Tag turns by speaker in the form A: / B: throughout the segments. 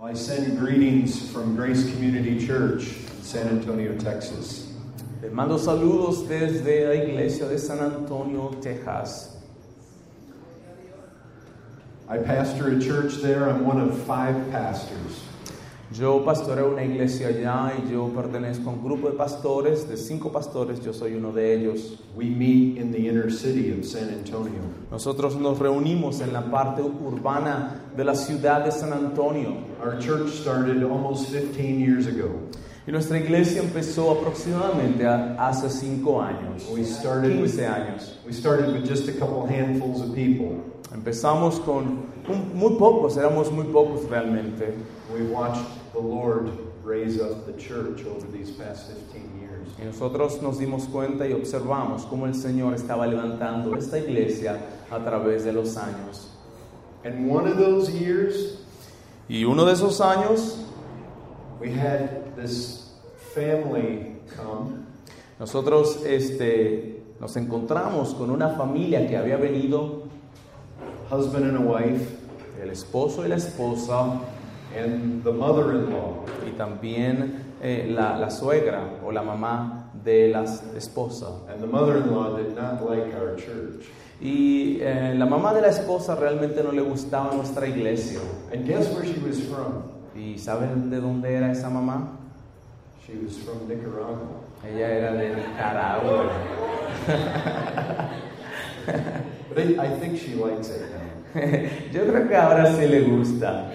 A: I send greetings from Grace Community Church in San Antonio, Texas.
B: Les mando saludos desde la iglesia de San Antonio, Texas.
A: I pastor a church there. I'm one of five pastors.
B: Yo pastoreo una iglesia allá y yo pertenezco a un grupo de pastores, de cinco pastores, yo soy uno de ellos.
A: We meet in the inner city of San Antonio.
B: Nosotros nos reunimos en la parte urbana de la ciudad de San Antonio
A: Our church started almost 15 years ago.
B: y nuestra iglesia empezó aproximadamente a- hace cinco años,
A: We started
B: 15
A: with
B: años.
A: we started with just a couple handfuls of people.
B: Empezamos con un- muy pocos, éramos muy pocos realmente.
A: We watched the Lord raise up the church over these past 15 years.
B: Y nosotros nos dimos cuenta y observamos cómo el Señor estaba levantando esta iglesia a través de los años.
A: And one of those years,
B: Y uno de esos años,
A: we had this family come
B: nosotros este, nos encontramos con una familia que había venido,
A: husband and a wife,
B: el esposo y la esposa,
A: and the mother in law.
B: y también eh, la, la suegra o la mamá de la esposa.
A: And the mother in law did not like our church.
B: Y eh, la mamá de la esposa realmente no le gustaba nuestra iglesia.
A: And guess where she was from?
B: ¿Y saben de dónde era esa mamá?
A: She was from Nicaragua.
B: Ella era de Nicaragua.
A: But I, I think she likes it now.
B: Yo creo que ahora sí le gusta.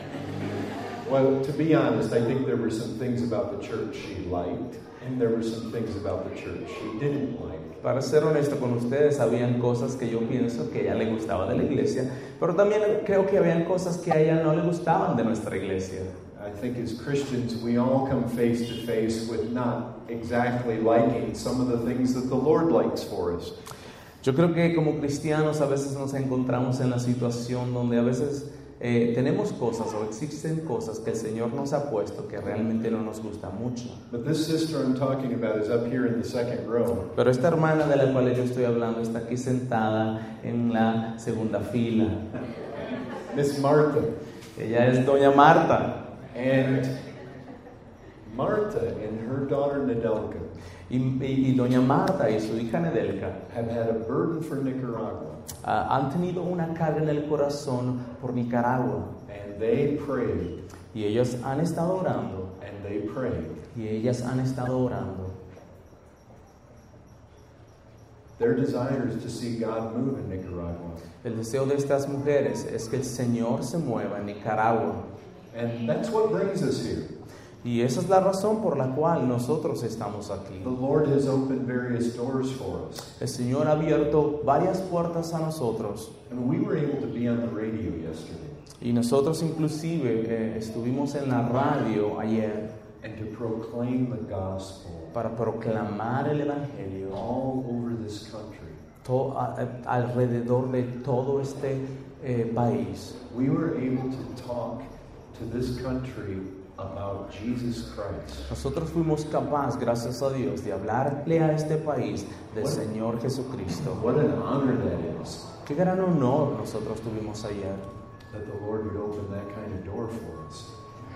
A: Well, to be honest, I think there were some things about the church she liked, and there were some things about the church she didn't like.
B: Para ser honesto con ustedes, habían cosas que yo pienso que a ella le gustaba de la iglesia, pero también creo que habían cosas que a ella no le gustaban de nuestra iglesia.
A: I think as Christians, we all come face to face with not exactly liking some of the things that the Lord likes for us.
B: Yo creo que como cristianos a veces nos encontramos en la situación donde a veces eh, tenemos cosas o existen cosas que el Señor nos ha puesto que realmente no nos gusta mucho.
A: But this sister I'm talking about is up here in the second row.
B: Pero esta hermana de la cual yo estoy hablando está aquí sentada en la segunda fila.
A: Miss Martha.
B: Ella es doña Marta.
A: And Martha and her daughter Nadelka
B: Y, y- y doña Marta y su hija Nedelka
A: have had a burden for Nicaragua.
B: ah, han tenido una carga en el corazón por Nicaragua.
A: And they prayed,
B: Y ellas han estado orando.
A: and they prayed.
B: Y ellas han estado orando.
A: Their desire is to see God move in Nicaragua.
B: El deseo de estas mujeres es que el Señor se mueva en Nicaragua.
A: And that's what brings us here.
B: Y esa es la razón por la cual nosotros estamos aquí.
A: The Lord has opened various doors for us.
B: El Señor ha abierto varias puertas a nosotros.
A: And we were able to be on the radio yesterday
B: Y nosotros inclusive eh, estuvimos en la radio ayer
A: and to proclaim the gospel
B: para proclamar el Evangelio.
A: all over this country.
B: to- a- a- alrededor de todo este eh, país.
A: We were able to talk to this country about Jesus Christ.
B: Nosotros fuimos capaces, gracias a Dios, de hablarle a este país del
A: Bueno.
B: Señor Jesucristo.
A: What an honor that is
B: Qué gran honor nosotros tuvimos ayer
A: that the Lord would open that kind of door for us.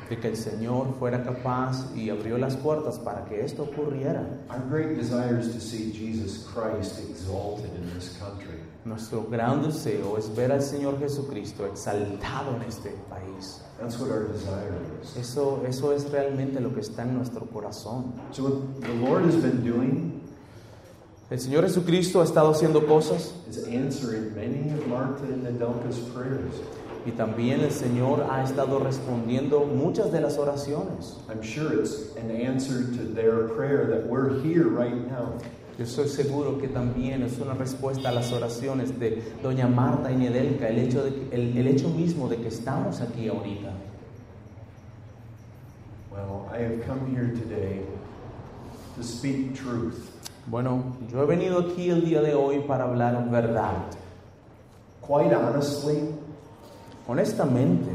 B: de que el Señor fuera capaz y abrió las puertas para que esto ocurriera.
A: Our great desire is to see Jesus Christ exalted in this country.
B: Nuestro gran deseo es ver al Señor Jesucristo exaltado en este país.
A: That's what our desire is.
B: Eso, eso es realmente lo que está en nuestro corazón.
A: So, what the Lord has been doing
B: El Señor Jesucristo ha estado haciendo cosas
A: is answering many of Martha and Adelka's prayers.
B: Y también el Señor ha estado respondiendo muchas de las oraciones.
A: I'm sure it's an answer to their prayer that we're here right now.
B: Yo estoy seguro que también es una respuesta a las oraciones de doña Marta y Nedelka, el hecho, de que- el, el hecho mismo de que estamos aquí ahorita.
A: Well, I have come here today to speak truth.
B: Bueno, yo he venido aquí el día de hoy para hablar verdad.
A: Quite honestly,
B: Honestamente,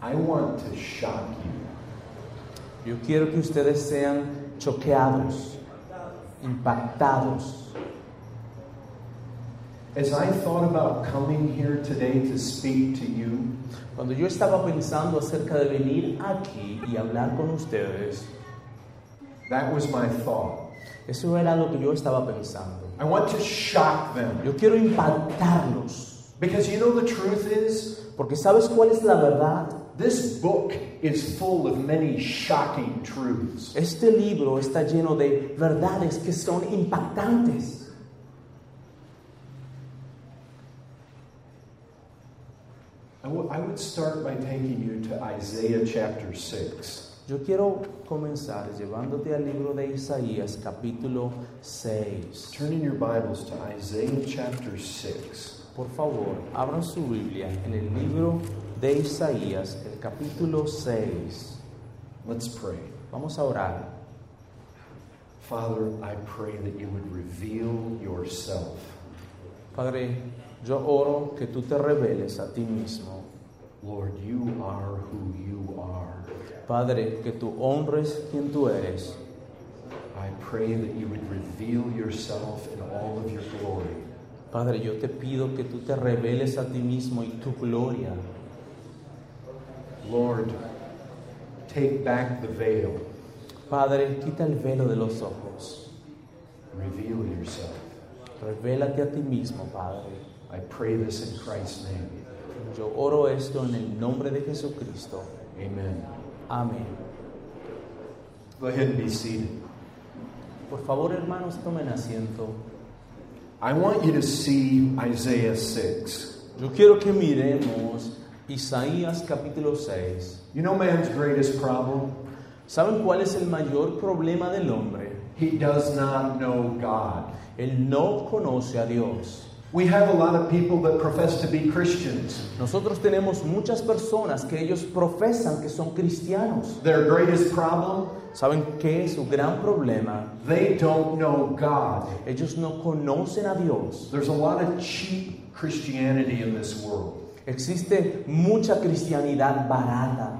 A: I want to shock you.
B: yo quiero que ustedes sean choqueados, impactados.
A: As I thought about coming here today to speak to you,
B: Cuando yo estaba pensando acerca de venir aquí y hablar con ustedes,
A: That was my thought.
B: eso era lo que yo estaba pensando.
A: I want to shock them.
B: Yo quiero impactarlos,
A: Because you know the truth is,
B: porque ¿sabes cuál es la verdad?
A: this book is full of many shocking truths.
B: Este libro está lleno de verdades que son impactantes.
A: I w- I would start by taking you to Isaiah chapter 6.
B: Yo quiero comenzar llevándote al libro de Isaías, capítulo 6.
A: Turn in your Bibles to Isaiah chapter 6.
B: Por favor, abran su Biblia en el libro de Isaías, el capítulo 6.
A: Let's pray.
B: Vamos a orar.
A: Father, I pray that you would reveal yourself.
B: Padre, yo oro que tú te reveles a ti mismo.
A: Lord, you are who you are.
B: Padre, que tú honres quien tú eres.
A: I pray that you would reveal yourself in all of your glory.
B: Padre, yo te pido que tú te reveles a ti mismo y tu gloria.
A: Lord, take back the veil,
B: Padre, quita el velo de los ojos.
A: reveal yourself.
B: Revélate a ti mismo, Padre.
A: I pray this in Christ's name.
B: Yo oro esto en el nombre de Jesucristo.
A: Amen.
B: Amén.
A: Go ahead and be seated.
B: Por favor, hermanos, tomen asiento.
A: I want you to see Isaiah 6.
B: Yo quiero que miremos Isaías capítulo 6.
A: You know man's greatest problem?
B: ¿Saben cuál es el mayor problema del hombre?
A: He does not know God.
B: Él no conoce a Dios.
A: We have a lot of people that profess to be Christians.
B: Nosotros tenemos muchas personas que ellos profesan que son cristianos.
A: Their greatest problem?
B: ¿Saben qué es su gran problema?
A: They don't know God.
B: Ellos no conocen a Dios.
A: There's a lot of cheap Christianity in this world.
B: Existe mucha cristianidad barata.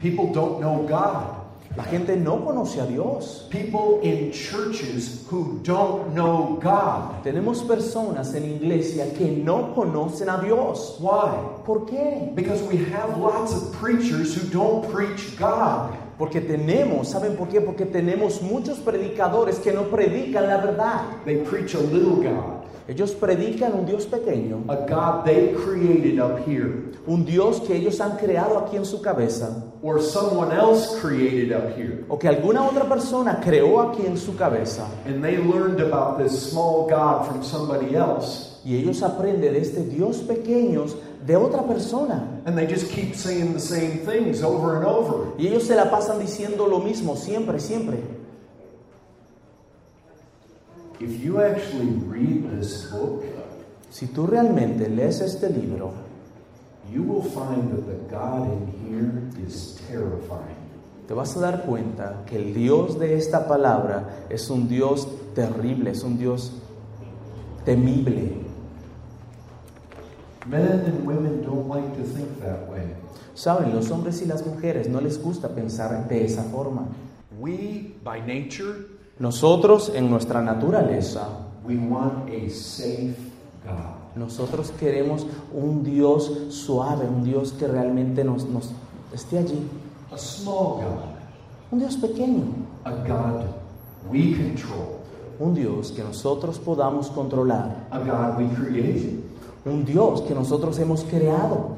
A: People don't know God.
B: La gente no conoce a Dios.
A: People in churches who don't know God.
B: Tenemos personas en iglesia que no conocen a Dios.
A: Why?
B: ¿Por qué?
A: Because we have lots of preachers who don't preach God.
B: Porque tenemos, ¿saben por qué? Porque tenemos muchos predicadores que no predican la verdad.
A: They preach a little God,
B: Ellos predican un Dios pequeño,
A: a God they created up here,
B: un Dios que ellos han creado aquí en su cabeza,
A: or someone else created up here.
B: o que alguna otra persona creó aquí en su cabeza.
A: And they learned about this small God from somebody else,
B: Y ellos aprenden de este Dios pequeño de otra persona.
A: and they just keep saying the same things over and over.
B: Y ellos se la pasan diciendo lo mismo siempre, siempre.
A: If you actually read this book,
B: Si tú realmente lees este libro,
A: you will find that the God in here is terrifying.
B: te vas a dar cuenta que el Dios de esta palabra es un Dios terrible, es un Dios temible.
A: Men and women don't like to think that way.
B: Saben, los hombres y las mujeres no les gusta pensar de esa forma.
A: We, by nature,
B: Nosotros en nuestra naturaleza,
A: we want a safe God.
B: nosotros queremos un Dios suave, un Dios que realmente nos, nos esté allí,
A: A small God.
B: un Dios pequeño,
A: A God we control.
B: un Dios que nosotros podamos controlar,
A: A God we created.
B: un Dios que nosotros hemos creado.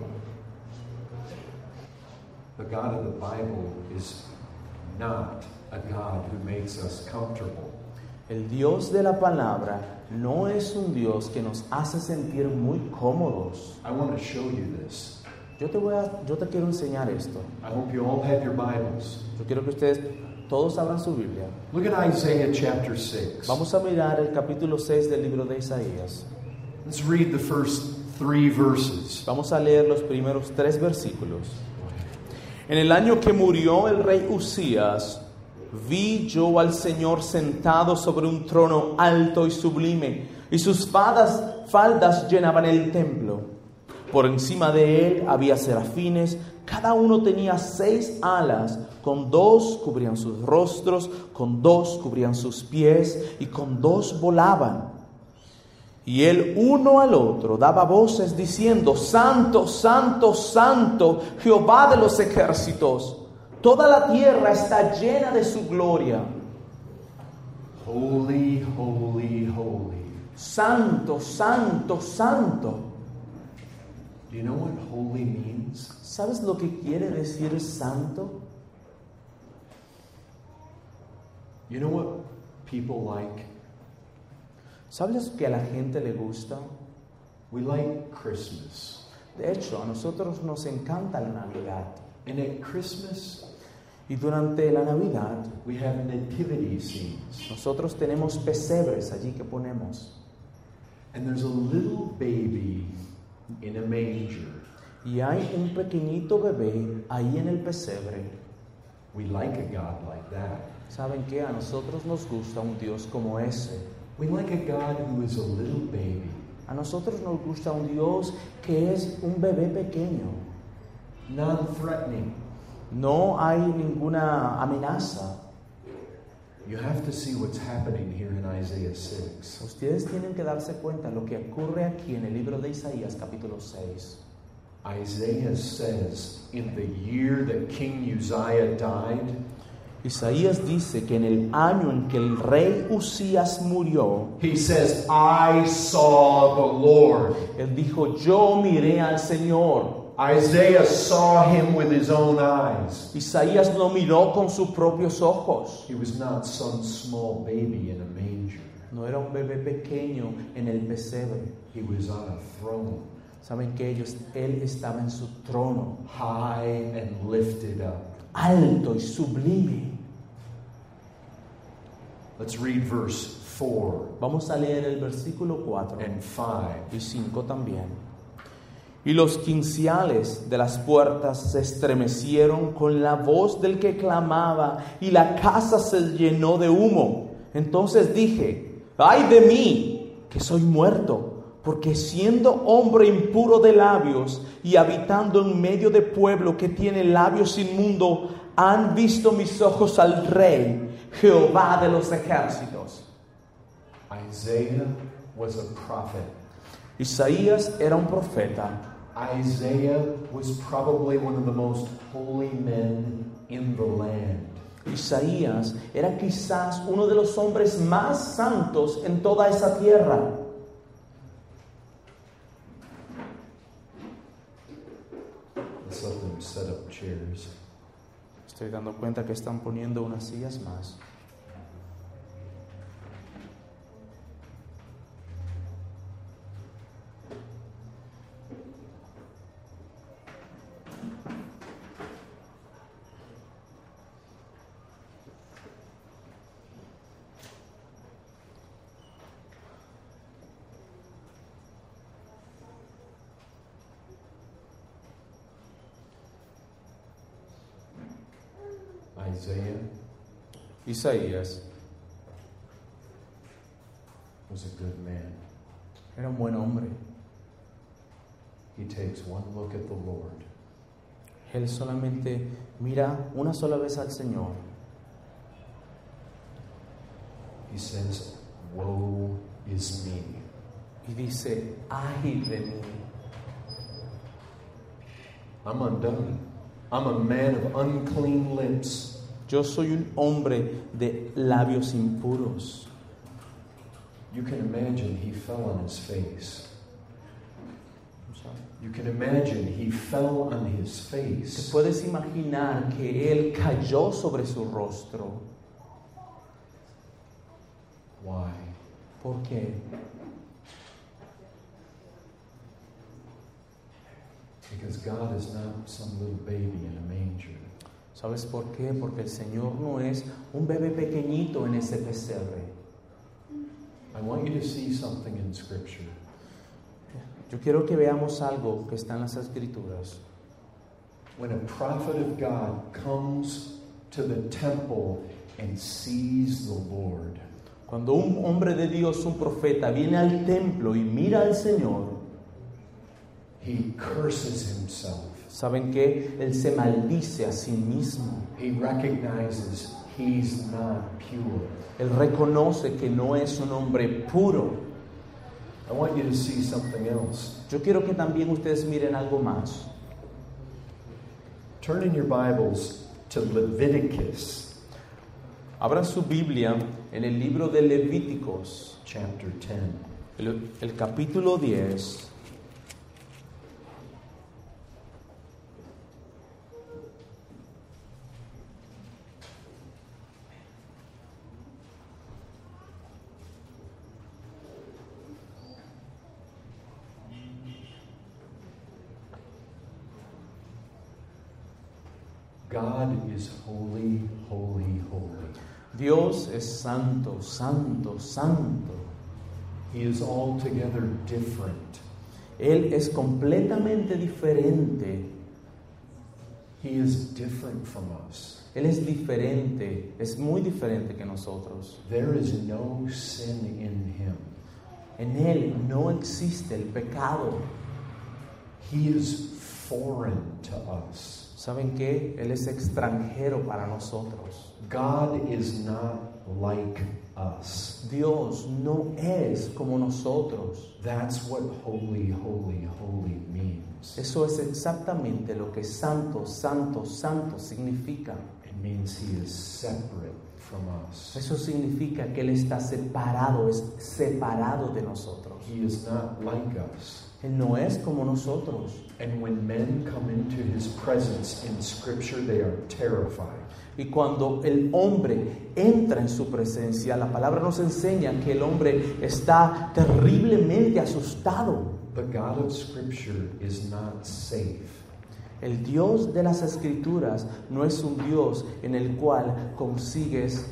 A: The God of the Bible is not a God who makes us comfortable.
B: El Dios de la palabra no es un Dios que nos hace sentir muy cómodos.
A: I want to show you this.
B: Yo te, voy a, yo te quiero enseñar esto.
A: I hope you all have your Bibles.
B: Yo quiero que ustedes todos abran su Biblia.
A: Look at Isaiah chapter 6.
B: Vamos a mirar el capítulo 6 del libro de Isaías.
A: Let's read the first three verses.
B: Vamos a leer los primeros tres versículos. En el año que murió el rey Usías, vi yo al Señor sentado sobre un trono alto y sublime, y sus fadas- faldas llenaban el templo. Por encima de él había serafines, cada uno tenía seis alas, con dos cubrían sus rostros, con dos cubrían sus pies, y con dos volaban. Y él uno al otro daba voces diciendo, Santo, Santo, Santo, Jehová de los ejércitos, toda la tierra está llena de su gloria.
A: Holy, holy, holy.
B: Santo, Santo, Santo.
A: Do you know what holy means?
B: ¿Sabes lo que quiere decir santo?
A: You know what people like?
B: ¿Sabes que a la gente le gusta?
A: We like Christmas.
B: De hecho, a nosotros nos encanta la Navidad.
A: And at Christmas,
B: Y durante la Navidad
A: we have nativity scenes.
B: nosotros tenemos pesebres allí que ponemos.
A: And there's a little baby in a manger.
B: Y hay un pequeñito bebé ahí en el pesebre.
A: We like a God like that.
B: ¿Saben qué? A nosotros nos gusta un Dios como ese.
A: We like a God who is a little baby.
B: A nosotros nos gusta un Dios que es un bebé pequeño.
A: non threatening.
B: No hay ninguna amenaza.
A: You have to see what's happening here in Isaiah 6.
B: Ustedes tienen que darse cuenta de lo que ocurre aquí en el libro de Isaías capítulo 6.
A: Isaiah says, In the year that King Uzziah died,
B: Isaías dice que en el año en que el rey Usías murió,
A: he says, I saw the Lord.
B: él dijo, yo miré al Señor.
A: Isaiah saw him with his own eyes.
B: Isaías lo miró con sus propios ojos.
A: He was not some small baby in a manger,
B: No era un bebé pequeño en el pesebre.
A: he was on a throne,
B: Saben que ellos, él estaba en su trono,
A: high and lifted up.
B: alto y sublime.
A: Let's read verse 4
B: Vamos a leer el versículo 4
A: and 5.
B: y 5 también. Y los quinceales de las puertas se estremecieron con la voz del que clamaba y la casa se llenó de humo. Entonces dije, ay de mí, que soy muerto, porque siendo hombre impuro de labios y habitando en medio de pueblo que tiene labios inmundo, han visto mis ojos al rey, Jehová de los ejércitos.
A: Isaiah was a prophet.
B: Isaías era un profeta
A: Isaiah was probably one of the most holy men in the land.
B: Isaías era quizás uno de los hombres más santos en toda esa tierra.
A: Let's let them set up chairs.
B: Estoy dando cuenta que están poniendo unas sillas más.
A: Isaiah
B: Isaías
A: was a good man.
B: era un buen hombre.
A: He takes one look at the Lord
B: Él solamente mira una sola vez al Señor
A: He says, Woe is me.
B: y dice, ay de mí,
A: I'm undone. I'm a man of unclean lips.
B: yo soy un hombre de labios impuros.
A: You can imagine he fell on his face. You can imagine he fell on his
B: Te
A: face.
B: puedes imaginar que Él cayó sobre su rostro.
A: Why?
B: ¿Por qué?
A: Because God is not some little baby in a manger.
B: ¿Sabes por qué? Porque el Señor no es un bebé pequeñito en ese pesebre.
A: I want you to see something in Scripture.
B: Yo quiero que veamos algo que está en las escrituras.
A: When a prophet of God comes to the temple and sees the Lord,
B: Cuando un hombre de Dios, un profeta, viene al templo y mira al Señor,
A: he curses himself.
B: ¿saben qué? Él se maldice a sí mismo.
A: He recognizes he's not pure.
B: Él reconoce que no es un hombre puro.
A: I want you to see something else.
B: Yo quiero que también ustedes miren algo más.
A: Turn in your Bibles to Leviticus
B: Abran su Biblia en el libro de Levíticos,
A: chapter 10.
B: el, el capítulo 10.
A: God is holy, holy, holy.
B: Dios es santo, santo, santo.
A: He is altogether different.
B: Él es completamente diferente.
A: He is different from us.
B: Él es diferente, es muy diferente que nosotros.
A: There is no sin in him.
B: En Él no existe el pecado.
A: He is foreign to us.
B: ¿Saben qué? Él es extranjero para nosotros.
A: God is not like us.
B: Dios no es como nosotros.
A: That's what holy, holy, holy means.
B: Eso es exactamente lo que santo, santo, santo significa.
A: It means he is separate from us.
B: Eso significa que Él está separado, es separado de nosotros.
A: He is not like us.
B: Él no es como nosotros.
A: And when men come into his presence in Scripture, they are terrified.
B: Y cuando el hombre entra en su presencia, la palabra nos enseña que el hombre está terriblemente asustado.
A: The God of Scripture is not safe.
B: El Dios de las Escrituras no es un Dios en el cual consigues,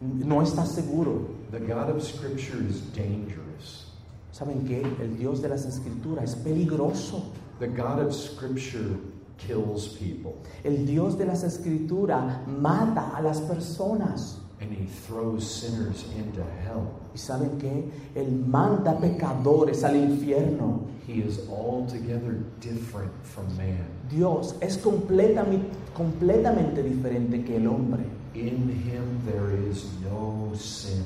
B: no estás seguro.
A: The God of Scripture is dangerous.
B: ¿Saben qué? El Dios de las Escrituras es peligroso.
A: The God of Scripture kills people
B: El Dios de las Escrituras mata a las personas.
A: and he throws sinners into hell.
B: ¿Y saben qué? Él manda pecadores al infierno.
A: He is altogether different from man.
B: Dios es completamente, completamente diferente que el hombre.
A: In him there is no sin.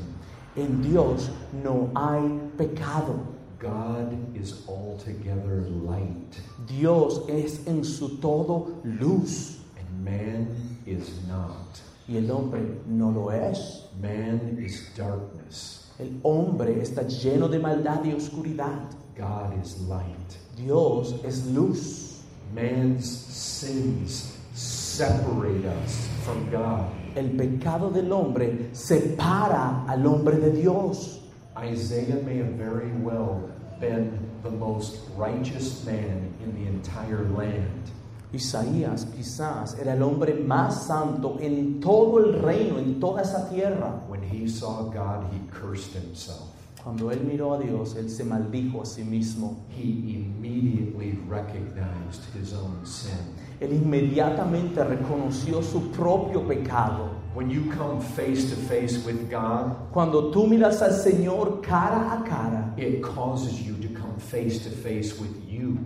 B: En Dios no hay pecado.
A: God is altogether light,
B: Dios es en su todo luz
A: and man is not.
B: y el hombre no lo es.
A: Man is darkness.
B: El hombre está lleno de maldad y oscuridad.
A: God is light.
B: Dios es luz.
A: Man's sins separate us from God.
B: El pecado del hombre separa al hombre de Dios.
A: Isaiah may have very well been the most righteous man in the entire land.
B: Isaías quizás era el hombre más santo en todo el reino, en toda esa tierra.
A: When he saw God, he cursed himself.
B: Cuando él miró a Dios, él se maldijo a sí mismo.
A: He immediately recognized his own sin.
B: Él inmediatamente reconoció su propio pecado.
A: When you come face to face with God,
B: Cuando tú miras al Señor cara a cara,
A: it causes you to come face to face with you.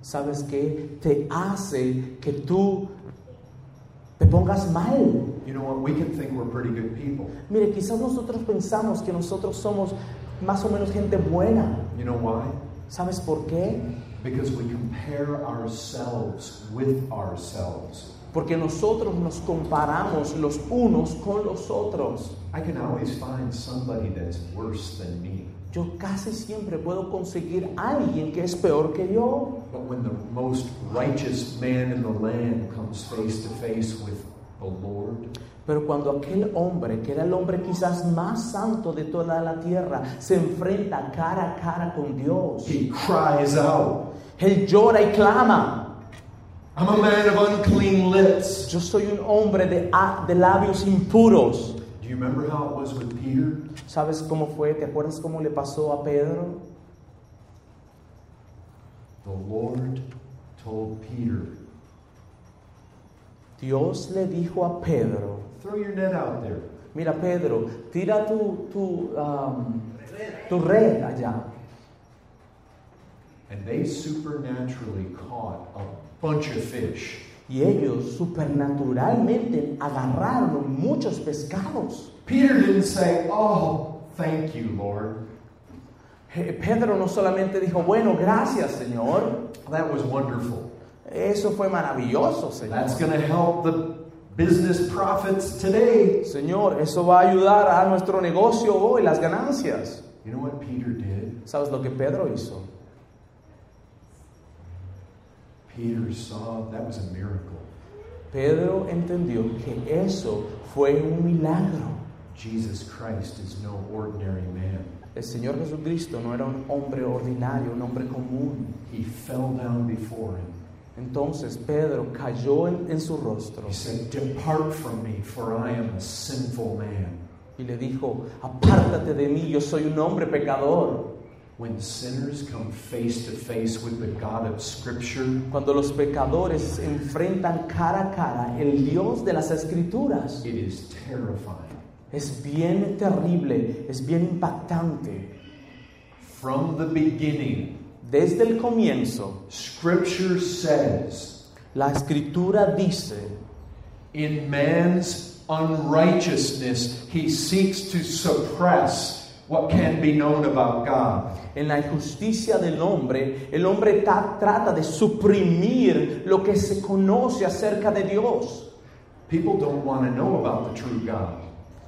B: ¿sabes qué? Te hace que tú te pongas mal.
A: You know what? We can think we're pretty good people.
B: Mire, quizás nosotros pensamos que nosotros somos más o menos gente buena.
A: You know why?
B: ¿Sabes por qué?
A: Because we compare ourselves with ourselves.
B: Porque nosotros nos comparamos los unos con los otros.
A: I can always find somebody that's worse than me.
B: Yo casi siempre puedo conseguir a alguien que es peor que yo.
A: But when the most righteous man in the land comes face to face with the Lord,
B: Pero cuando aquel hombre, que era el hombre quizás más santo de toda la tierra, se enfrenta cara a cara con Dios,
A: he cries out,
B: él llora y clama,
A: I'm a man of unclean lips.
B: yo soy un hombre de, a- de labios impuros.
A: Do you remember how it was with Peter?
B: ¿Sabes cómo fue? ¿Te acuerdas cómo le pasó a Pedro?
A: The Lord told Peter,
B: Dios le dijo a Pedro,
A: Throw your net out there.
B: mira Pedro, tira tu, tu, um, tu red allá.
A: And they supernaturally caught a bunch of fish.
B: Y ellos supernaturalmente agarraron muchos pescados.
A: Peter didn't say, Oh, thank you, Lord.
B: Eh, Pedro no solamente dijo, bueno, gracias Señor,
A: That was wonderful.
B: eso fue maravilloso Señor.
A: That's going to help the business profits today.
B: Señor, eso va a ayudar a nuestro negocio hoy, las ganancias.
A: You know what Peter did?
B: ¿Sabes lo que Pedro hizo?
A: Peter saw that was a miracle.
B: Pedro entendió que eso fue un milagro.
A: Jesus Christ is no ordinary man.
B: El Señor Jesucristo no era un hombre ordinario, un hombre común.
A: He fell down before him.
B: Entonces Pedro cayó en, en su rostro
A: He said, Depart from me, for I am a sinful man.
B: y le dijo, apártate de mí, yo soy un hombre pecador.
A: When sinners come face to face with the God of Scripture,
B: Cuando los pecadores se enfrentan cara a cara el Dios de las Escrituras,
A: it is terrifying.
B: es bien terrible, es bien impactante.
A: From the beginning,
B: Desde el comienzo,
A: Scripture says,
B: la Escritura dice,
A: In man's unrighteousness, he seeks to suppress what can be known about God.
B: en la injusticia del hombre, el hombre ta- trata de suprimir lo que se conoce acerca de Dios.
A: People don't want to know about the true God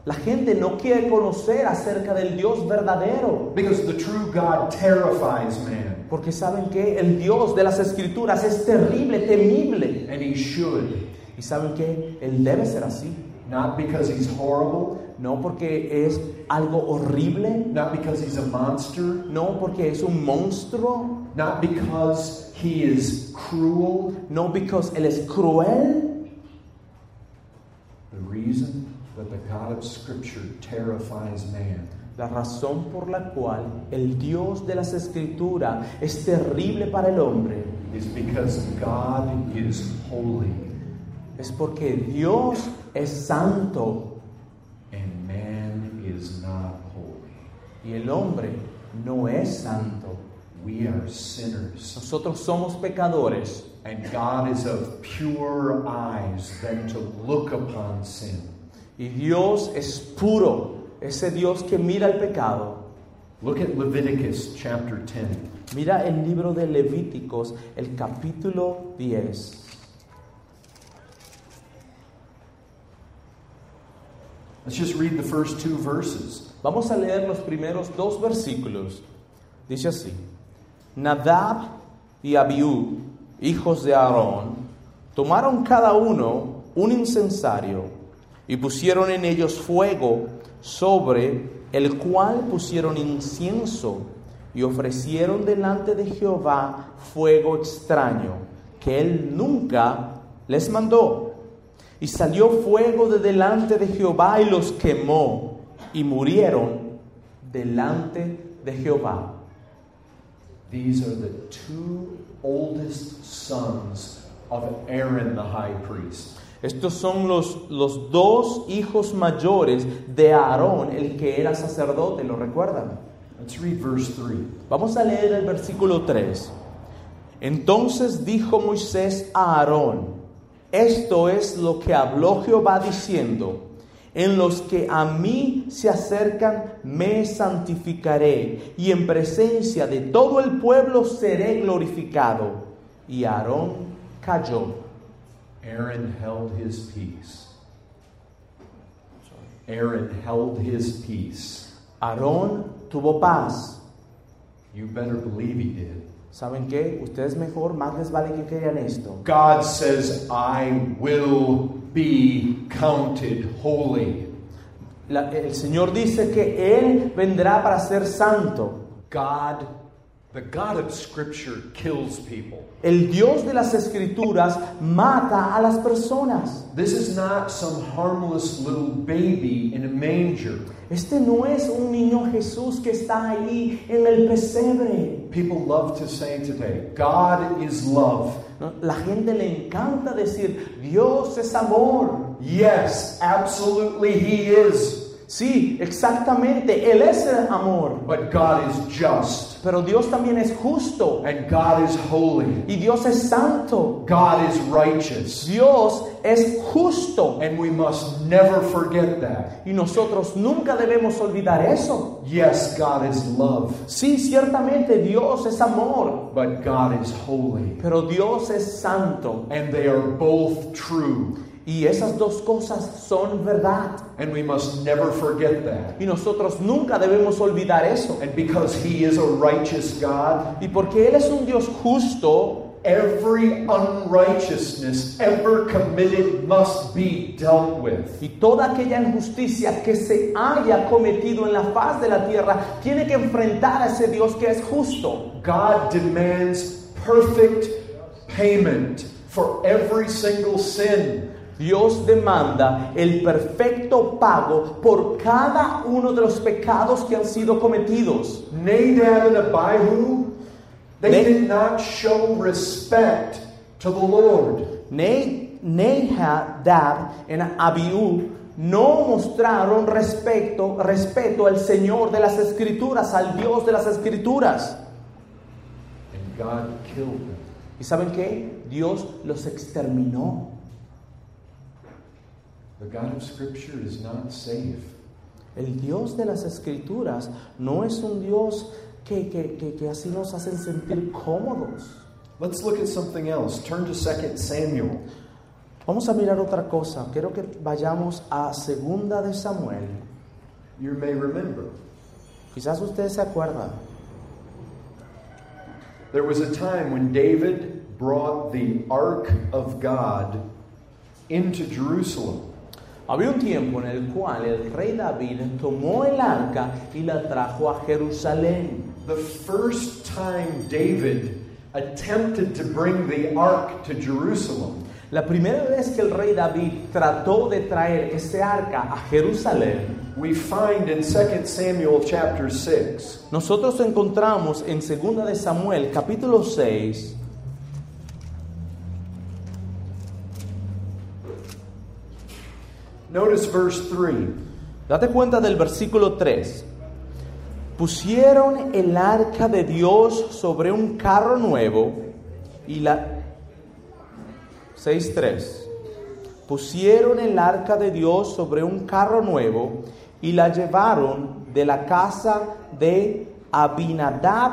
B: La gente no quiere conocer acerca del Dios verdadero,
A: because the true God terrifies man,
B: porque saben que el Dios de las Escrituras es terrible, temible.
A: and he should.
B: Y saben que Él debe ser así.
A: Not because he's horrible,
B: No porque es algo horrible,
A: not because he's a monster,
B: no porque es un monstruo,
A: not because he is cruel.
B: no because Él es cruel.
A: The reason that the God of Scripture terrifies man
B: La razón por la cual el Dios de las Escrituras es terrible para el hombre
A: is because God is holy
B: es porque Dios es santo
A: and man is not holy.
B: y el hombre no es santo.
A: We are sinners,
B: Nosotros somos pecadores
A: and God is of purer eyes than to look upon sin.
B: y Dios es puro, ese Dios que mira el pecado.
A: Look at Leviticus chapter 10.
B: Mira el libro de Levíticos, el capítulo 10.
A: Let's just read the first two verses.
B: Vamos a leer los primeros dos versículos. Dice así: Nadab y Abiú, hijos de Aarón, tomaron cada uno un incensario y pusieron en ellos fuego sobre el cual pusieron incienso y ofrecieron delante de Jehová fuego extraño que él nunca les mandó. Y salió fuego de delante de Jehová y los quemó, y murieron delante de Jehová.
A: These are the two oldest sons of Aaron the high priest.
B: Estos son los, los dos hijos mayores de Aarón, el que era sacerdote, ¿lo recuerdan?
A: Let's read verse 3.
B: Vamos a leer el versículo 3. Entonces dijo Moisés a Aarón, esto es lo que habló Jehová diciendo, en los que a mí se acercan me santificaré, y en presencia de todo el pueblo seré glorificado. Y Aarón cayó.
A: Aaron held his peace. Aaron held his peace.
B: Aarón tuvo paz.
A: You better believe he did.
B: ¿Saben qué? Ustedes mejor, más les vale que crean esto.
A: God says, I will be counted holy.
B: La- el Señor dice que Él vendrá para ser santo.
A: God, the God of Scripture, kills people.
B: El Dios de las Escrituras mata a las personas.
A: This is not some harmless little baby in a manger.
B: Este no es un niño Jesús que está ahí en el pesebre.
A: People love to say today, God is love.
B: ¿no? La gente le encanta decir, Dios es amor.
A: Yes, absolutely, He is.
B: Sí, exactamente, Él es el amor.
A: But God is just,
B: Pero Dios también es justo
A: and God is holy,
B: y Dios es santo.
A: God is righteous.
B: Dios es justo
A: And we must never forget that.
B: y nosotros nunca debemos olvidar eso.
A: Yes, God is love,
B: Sí, ciertamente Dios es amor,
A: but God is holy.
B: pero Dios es santo.
A: And they are both true.
B: Y esas dos cosas son verdad.
A: And we must never forget that.
B: Y nosotros nunca debemos olvidar eso.
A: And because He is a righteous God,
B: Y porque Él es un Dios justo,
A: every unrighteousness ever committed must be dealt with.
B: y toda aquella injusticia que se haya cometido en la faz de la tierra, tiene que enfrentar a ese Dios que es justo.
A: God demands perfect payment for every single sin.
B: Dios demanda el perfecto pago por cada uno de los pecados que han sido cometidos.
A: Nadab and Abihu, they
B: Na-
A: did not show respect to the Lord.
B: Ne- Dab en Abiú no mostraron respeto, respeto al Señor de las Escrituras, al Dios de las Escrituras.
A: And God killed them.
B: ¿Y saben qué? Dios los exterminó.
A: The God of Scripture is not safe.
B: El Dios de las Escrituras no es un Dios que, que- que- que así nos hacen sentir cómodos.
A: Let's look at something else. Turn to 2 Samuel.
B: Vamos a mirar otra cosa. Quiero que vayamos a Segunda de Samuel.
A: You may remember.
B: Quizás ustedes se acuerdan.
A: There was a time when David brought the ark of God into Jerusalem.
B: Había un tiempo en el cual el rey David tomó el arca y la trajo a Jerusalén.
A: The first time David attempted to bring the ark to Jerusalem,
B: La primera vez que el rey David trató de traer ese arca a Jerusalén,
A: we find in 2 Samuel chapter 6,
B: nosotros encontramos en 2 de Samuel capítulo 6
A: notice verse 3.
B: Date cuenta del versículo 3. Pusieron el arca de Dios sobre un carro nuevo y la 6:3. Pusieron el arca de Dios sobre un carro nuevo y la llevaron de la casa de Abinadab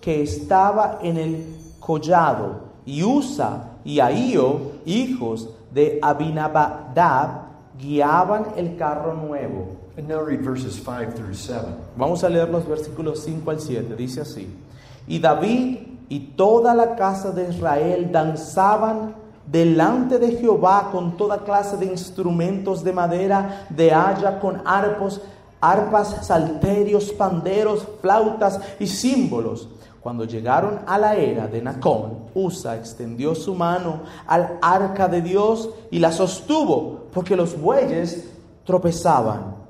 B: que estaba en el collado y Usa y Ahío, hijos de Abinadab, guiaban el carro nuevo.
A: And now read verses 5 through 7.
B: Vamos a leer los versículos 5 al 7. Dice así. Y David y toda la casa de Israel danzaban delante de Jehová con toda clase de instrumentos de madera, de haya, con arpos, arpas, salterios, panderos, flautas y símbolos. Cuando llegaron a la era de Nacón, Usa extendió su mano al arca de Dios y la sostuvo, porque los bueyes tropezaban.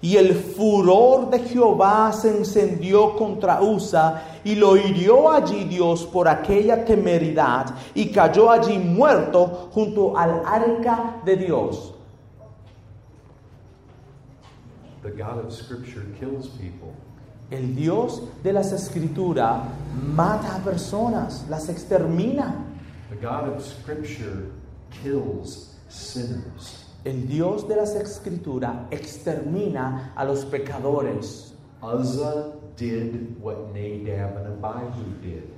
B: Y el furor de Jehová se encendió contra Usa y lo hirió allí Dios por aquella temeridad y cayó allí muerto junto al arca de Dios.
A: The God of Scripture kills people.
B: El Dios de las escrituras mata a personas, las extermina.
A: The God of Scripture kills sinners.
B: El Dios de las escrituras extermina a los pecadores.
A: Uzzah did what Nadab and Abihu did.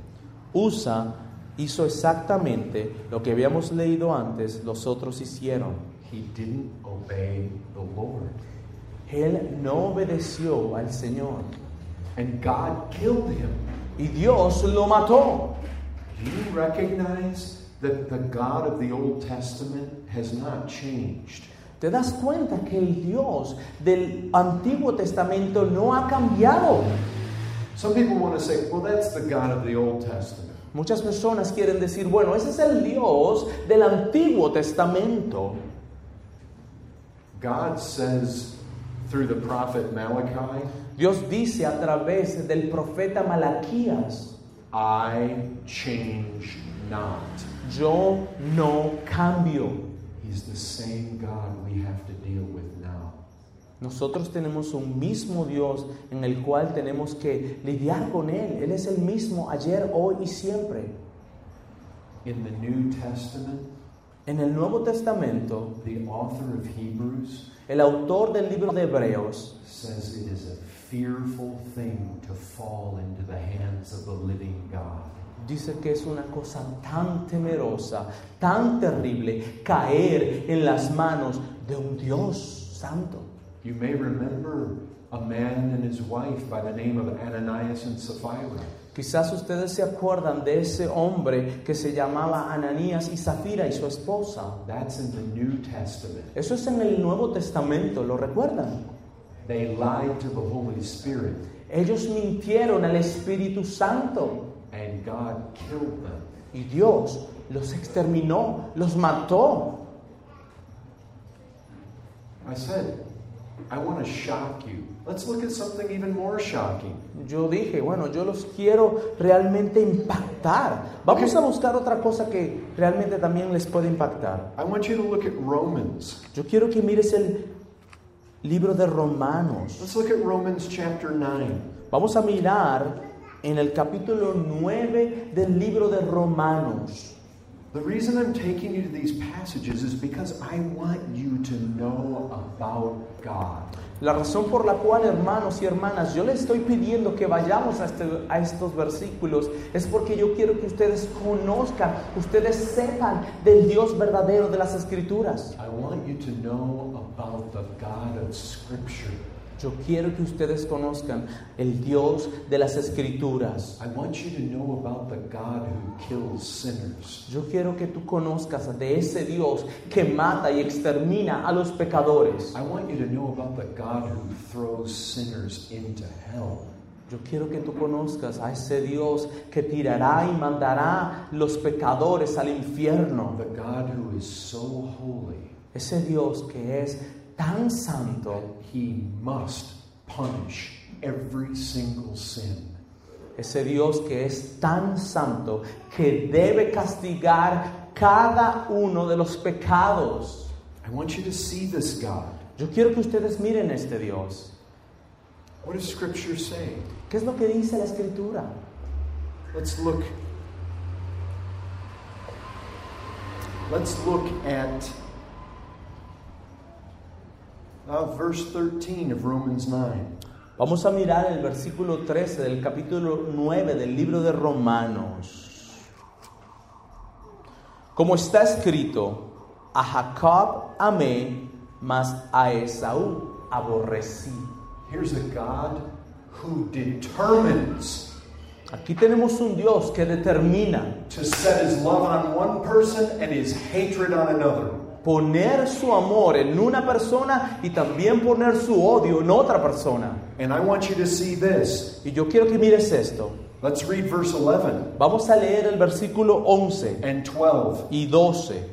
B: Usa hizo exactamente lo que habíamos leído antes, los otros hicieron.
A: He didn't obey the Lord.
B: Él no obedeció al Señor
A: And God killed him.
B: y Dios lo mató.
A: Do you recognize that the God of the Old Testament has not changed?
B: Te das cuenta que el Dios del Antiguo Testamento no ha cambiado.
A: Some people want to say, well, that's the God of the Old Testament.
B: Muchas personas quieren decir, bueno, ese es el Dios del Antiguo Testamento.
A: God says through the prophet Malachi,
B: Dios dice a través del profeta Malaquías,
A: I change not.
B: yo no cambio.
A: He's the same God we have to deal with now.
B: Nosotros tenemos un mismo Dios en el cual tenemos que lidiar con Él. Él es el mismo ayer, hoy y siempre.
A: In the New Testament,
B: En el Nuevo Testamento,
A: the author of Hebrews
B: el autor del libro de Hebreos
A: says it is a fearful thing to fall into the hands of the living God.
B: dice que es una cosa tan temerosa, tan terrible, caer en las manos de un Dios santo.
A: You may remember a man and his wife by the name of Ananias and Sapphira.
B: Quizás ustedes se acuerdan de ese hombre que se llamaba Ananías y Zafira y su esposa.
A: That's in the New Testament.
B: Eso es en el Nuevo Testamento, ¿lo recuerdan?
A: They lied to the Holy Spirit,
B: Ellos mintieron al Espíritu Santo
A: and God killed them.
B: y Dios los exterminó, los mató.
A: I said, I want to shock you. Let's look at something even more shocking.
B: Yo dije, bueno, yo los quiero realmente impactar. Vamos a buscar otra cosa que realmente también les puede impactar.
A: I want you to look at Romans.
B: Yo quiero que mires el libro de Romanos.
A: Let's look at Romans chapter 9.
B: Vamos a mirar en el capítulo 9 del libro de Romanos.
A: The reason I'm taking you to these passages is because I want you to know about God.
B: La razón por la cual, hermanos y hermanas, yo les estoy pidiendo que vayamos a, este- a estos versículos es porque yo quiero que ustedes conozcan, ustedes sepan del Dios verdadero de las Escrituras.
A: I want you to know about the God of Scripture.
B: Yo quiero que ustedes conozcan el Dios de las Escrituras.
A: I want you to know about the God who kills sinners.
B: Yo quiero que tú conozcas de ese Dios que mata y extermina a los pecadores.
A: I want you to know about the God who throws sinners into hell.
B: Yo quiero que tú conozcas a ese Dios que tirará y mandará los pecadores al infierno.
A: The God who is so holy,
B: Ese Dios que es tan santo,
A: he must punish every single sin.
B: ese Dios que es tan santo que debe castigar cada uno de los pecados.
A: I want you to see this God.
B: Yo quiero que ustedes miren este Dios.
A: What does Scripture say?
B: ¿Qué es lo que dice la Escritura?
A: Let's look. Let's look at uh, verse 13 of Romans 9.
B: Vamos a mirar el versículo 13 del capítulo 9 del libro de Romanos. Como está escrito, a Jacob amé, mas a Esaú aborrecí.
A: Here's a God who determines
B: Aquí tenemos un Dios que determina
A: to set his love on one person and his hatred on another.
B: poner su amor en una persona y también poner su odio en otra persona.
A: And I want you to see this.
B: Y yo quiero que mires esto.
A: Let's read verse 11
B: Vamos a leer el versículo 11
A: and 12.
B: y 12.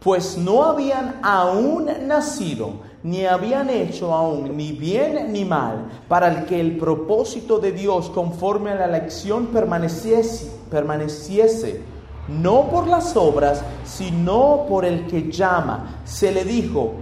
B: Pues no habían aún nacido, ni habían hecho aún ni bien ni mal, para el que el propósito de Dios conforme a la elección permaneciese, permaneciese, no por las obras, sino por el que llama. Se le dijo,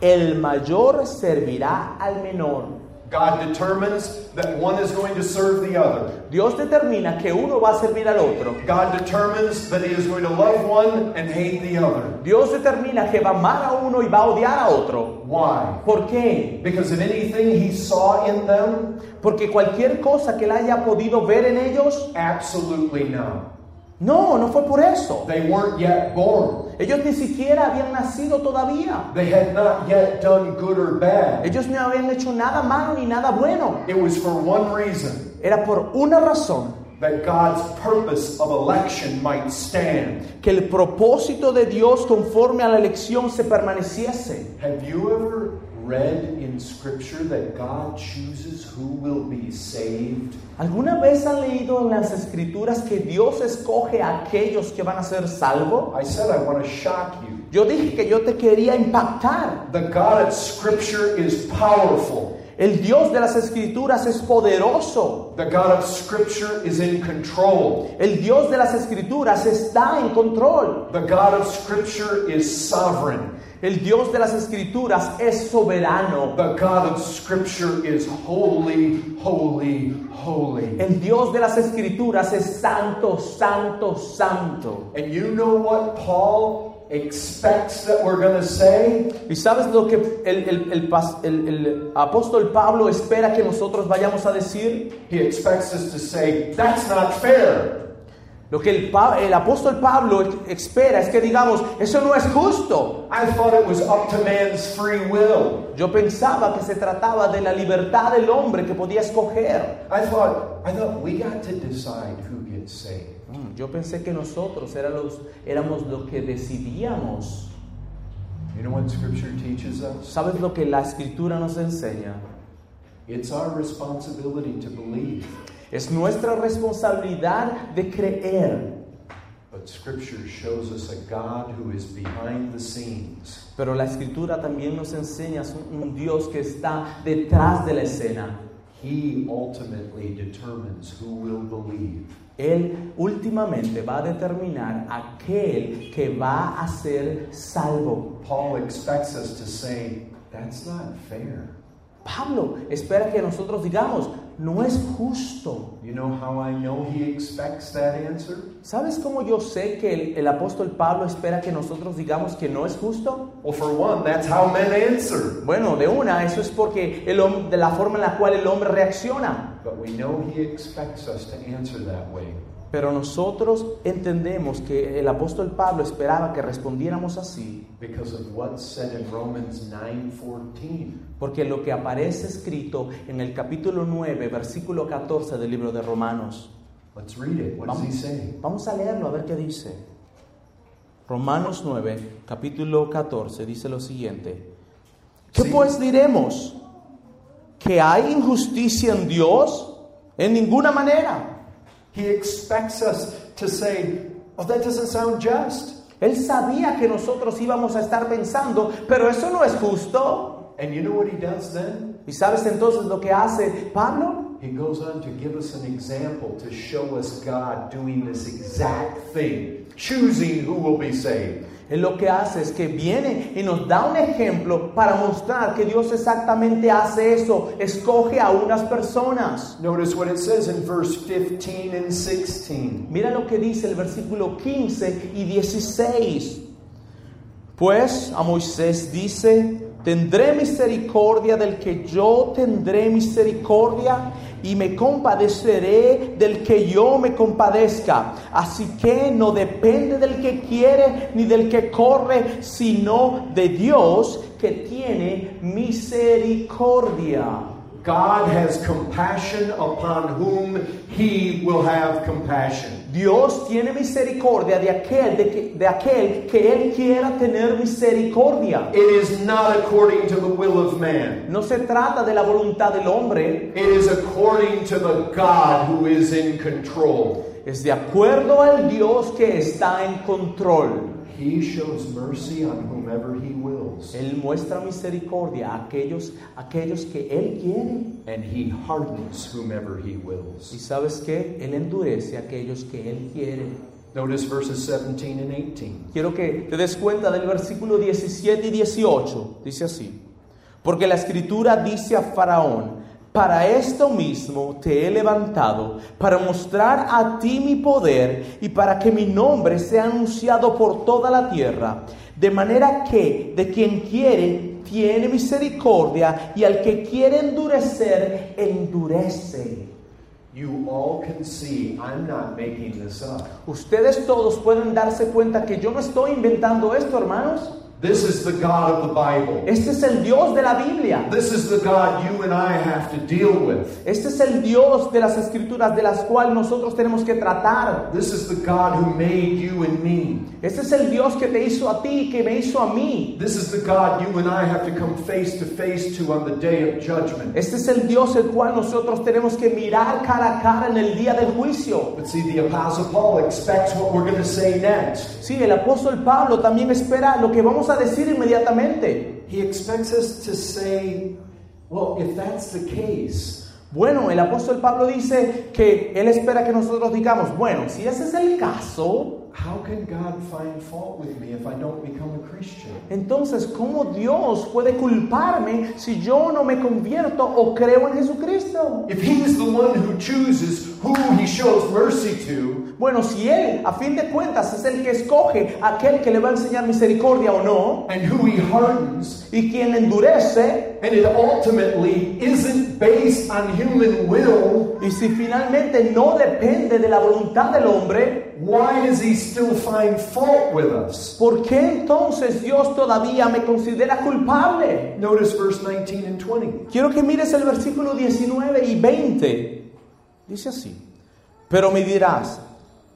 B: el mayor servirá al menor.
A: God determines that one is going to serve the other.
B: Dios determina que uno va a servir al otro.
A: God determines that he is going to love one and hate the other.
B: Dios determina que va a amar a uno y va a odiar a otro.
A: Why?
B: ¿Por qué?
A: Because of anything he saw in them?
B: Porque cualquier cosa que él haya podido ver en ellos,
A: Absolutely no.
B: no, no fue por eso.
A: They weren't yet born.
B: Ellos ni siquiera habían nacido todavía.
A: They had not yet done good or bad.
B: Ellos no habían hecho nada malo ni nada bueno.
A: It was for one reason
B: Era por una razón
A: that God's purpose of election might stand.
B: que el propósito de Dios conforme a la elección se permaneciese.
A: Have you ever read in Scripture that God chooses who will be saved?
B: ¿Alguna vez han leído en las escrituras que Dios escoge a aquellos que van a ser salvos?
A: I said I want to shock you.
B: Yo dije que yo te quería impactar.
A: The God of Scripture is powerful.
B: El Dios de las escrituras es poderoso.
A: The God of Scripture is in control.
B: El Dios de las escrituras está en control.
A: The God of Scripture is sovereign.
B: El Dios de las Escrituras es soberano.
A: The God of Scripture is holy, holy, holy.
B: El Dios de las Escrituras es santo, santo, santo.
A: And you know what Paul expects that we're going to say?
B: ¿Y sabes lo que el, el- el pas- el- el apóstol Pablo espera que nosotros vayamos a decir?
A: He expects us to say, that's not fair.
B: Lo que el, pa- el apóstol Pablo ex- espera es que digamos, eso no es justo.
A: I thought it was up to man's free will.
B: Yo pensaba que se trataba de la libertad del hombre que podía escoger.
A: I thought, I thought we got to decide who gets saved.
B: Mm, Yo pensé que nosotros era los- éramos los que decidíamos.
A: You know what Scripture teaches us?
B: ¿Sabes lo que la escritura nos enseña?
A: It's our responsibility to believe,
B: Es nuestra responsabilidad de creer.
A: but Scripture shows us a God who is behind the scenes.
B: Pero la escritura también nos enseña un, un Dios que está detrás de la escena.
A: He ultimately determines who will believe.
B: Él últimamente va a determinar aquel que va a ser salvo.
A: Paul expects us to say, that's not fair.
B: Pablo espera que nosotros digamos, no es justo.
A: You know how I know he expects that answer?
B: ¿Sabes cómo yo sé que el, el apóstol Pablo espera que nosotros digamos que no es justo?
A: Well, for one, that's how men answer.
B: Bueno, de una, eso es porque el hom- de la forma en la cual el hombre reacciona.
A: But we know he expects us to answer that way.
B: Pero nosotros entendemos que el apóstol Pablo esperaba que respondiéramos así,
A: Because of what's said in Romans 9:14.
B: porque lo que aparece escrito en el capítulo 9, versículo 14 del libro de Romanos.
A: Let's read it. What does he say?
B: Vamos a leerlo a ver qué dice. Romanos 9, capítulo 14, dice lo siguiente. ¿Qué
A: Sí.
B: pues diremos? ¿Que hay injusticia en Dios? En ninguna manera.
A: He expects us to say, "Oh, that doesn't sound just."
B: Él sabía que nosotros íbamos a estar pensando, pero eso no es justo.
A: And you know what he does then?
B: ¿Y sabes entonces lo que hace Pablo?
A: He goes on to give us an example to show us God doing this exact thing, choosing who will be saved.
B: Él lo que hace es que viene y nos da un ejemplo para mostrar que Dios exactamente hace eso, escoge a unas personas.
A: Notice what it says in verse 15 and 16.
B: Mira lo que dice el versículo 15 y 16. Pues a Moisés dice, tendré misericordia del que yo tendré misericordia y me compadeceré del que yo me compadezca. Así que no depende del que quiere ni del que corre, sino de Dios que tiene misericordia.
A: God has compassion upon whom he will have compassion.
B: Dios tiene misericordia de aquel, de, que- de aquel que Él quiera tener misericordia.
A: It is not according to the will of man.
B: No se trata de la voluntad del hombre,
A: It is according to the God who is in control.
B: es de acuerdo al Dios que está en control.
A: He shows mercy on whomever he wills,
B: Él muestra misericordia a aquellos, a aquellos que Él quiere.
A: and he hardens whomever he wills.
B: Y sabes qué? Él endurece a aquellos que Él quiere.
A: Notice verses 17 and 18.
B: Quiero que te des cuenta del versículo 17 y 18. Dice así. Porque la escritura dice a Faraón, para esto mismo te he levantado, para mostrar a ti mi poder y para que mi nombre sea anunciado por toda la tierra. De manera que de quien quiere, tiene misericordia y al que quiere endurecer, endurece.
A: You all can see I'm not making this up.
B: Ustedes todos pueden darse cuenta que yo no estoy inventando esto, hermanos.
A: This is the God of the Bible.
B: Este es el Dios de la Biblia.
A: This is the God you and I have to deal with.
B: Este es el Dios de las escrituras de las cuales nosotros tenemos que tratar.
A: This is the God who made you and me.
B: Este es el Dios que te hizo a ti, que me hizo a mí.
A: This is the God you and I have to come face to face to on the day of judgment.
B: Este es el Dios el cual nosotros tenemos que mirar cara a cara en el día del juicio.
A: But see, the Apostle Paul expects what we're going to say next.
B: Sí, el apóstol Pablo también espera lo que vamos a decir inmediatamente.
A: He expects us to say, well, if that's the case,
B: Bueno, el apóstol Pablo dice que él espera que nosotros digamos, bueno, si ese es el caso,
A: how can God find fault with me if I don't become a Christian?
B: Entonces, ¿cómo Dios puede culparme si yo no me convierto o creo en Jesucristo?
A: If He's the one who chooses who He shows mercy to,
B: Bueno, si Él, a fin de cuentas, es el que escoge aquel que le va a enseñar misericordia o no,
A: and who He hardens,
B: y quien le endurece,
A: and it ultimately isn't based on human will,
B: y si finalmente no depende de la voluntad del hombre,
A: why does He still find fault with us?
B: ¿por qué entonces Dios todavía me considera culpable?
A: Notice verse 19 and 20.
B: Quiero que mires el versículo 19 y 20. Dice así, pero me dirás,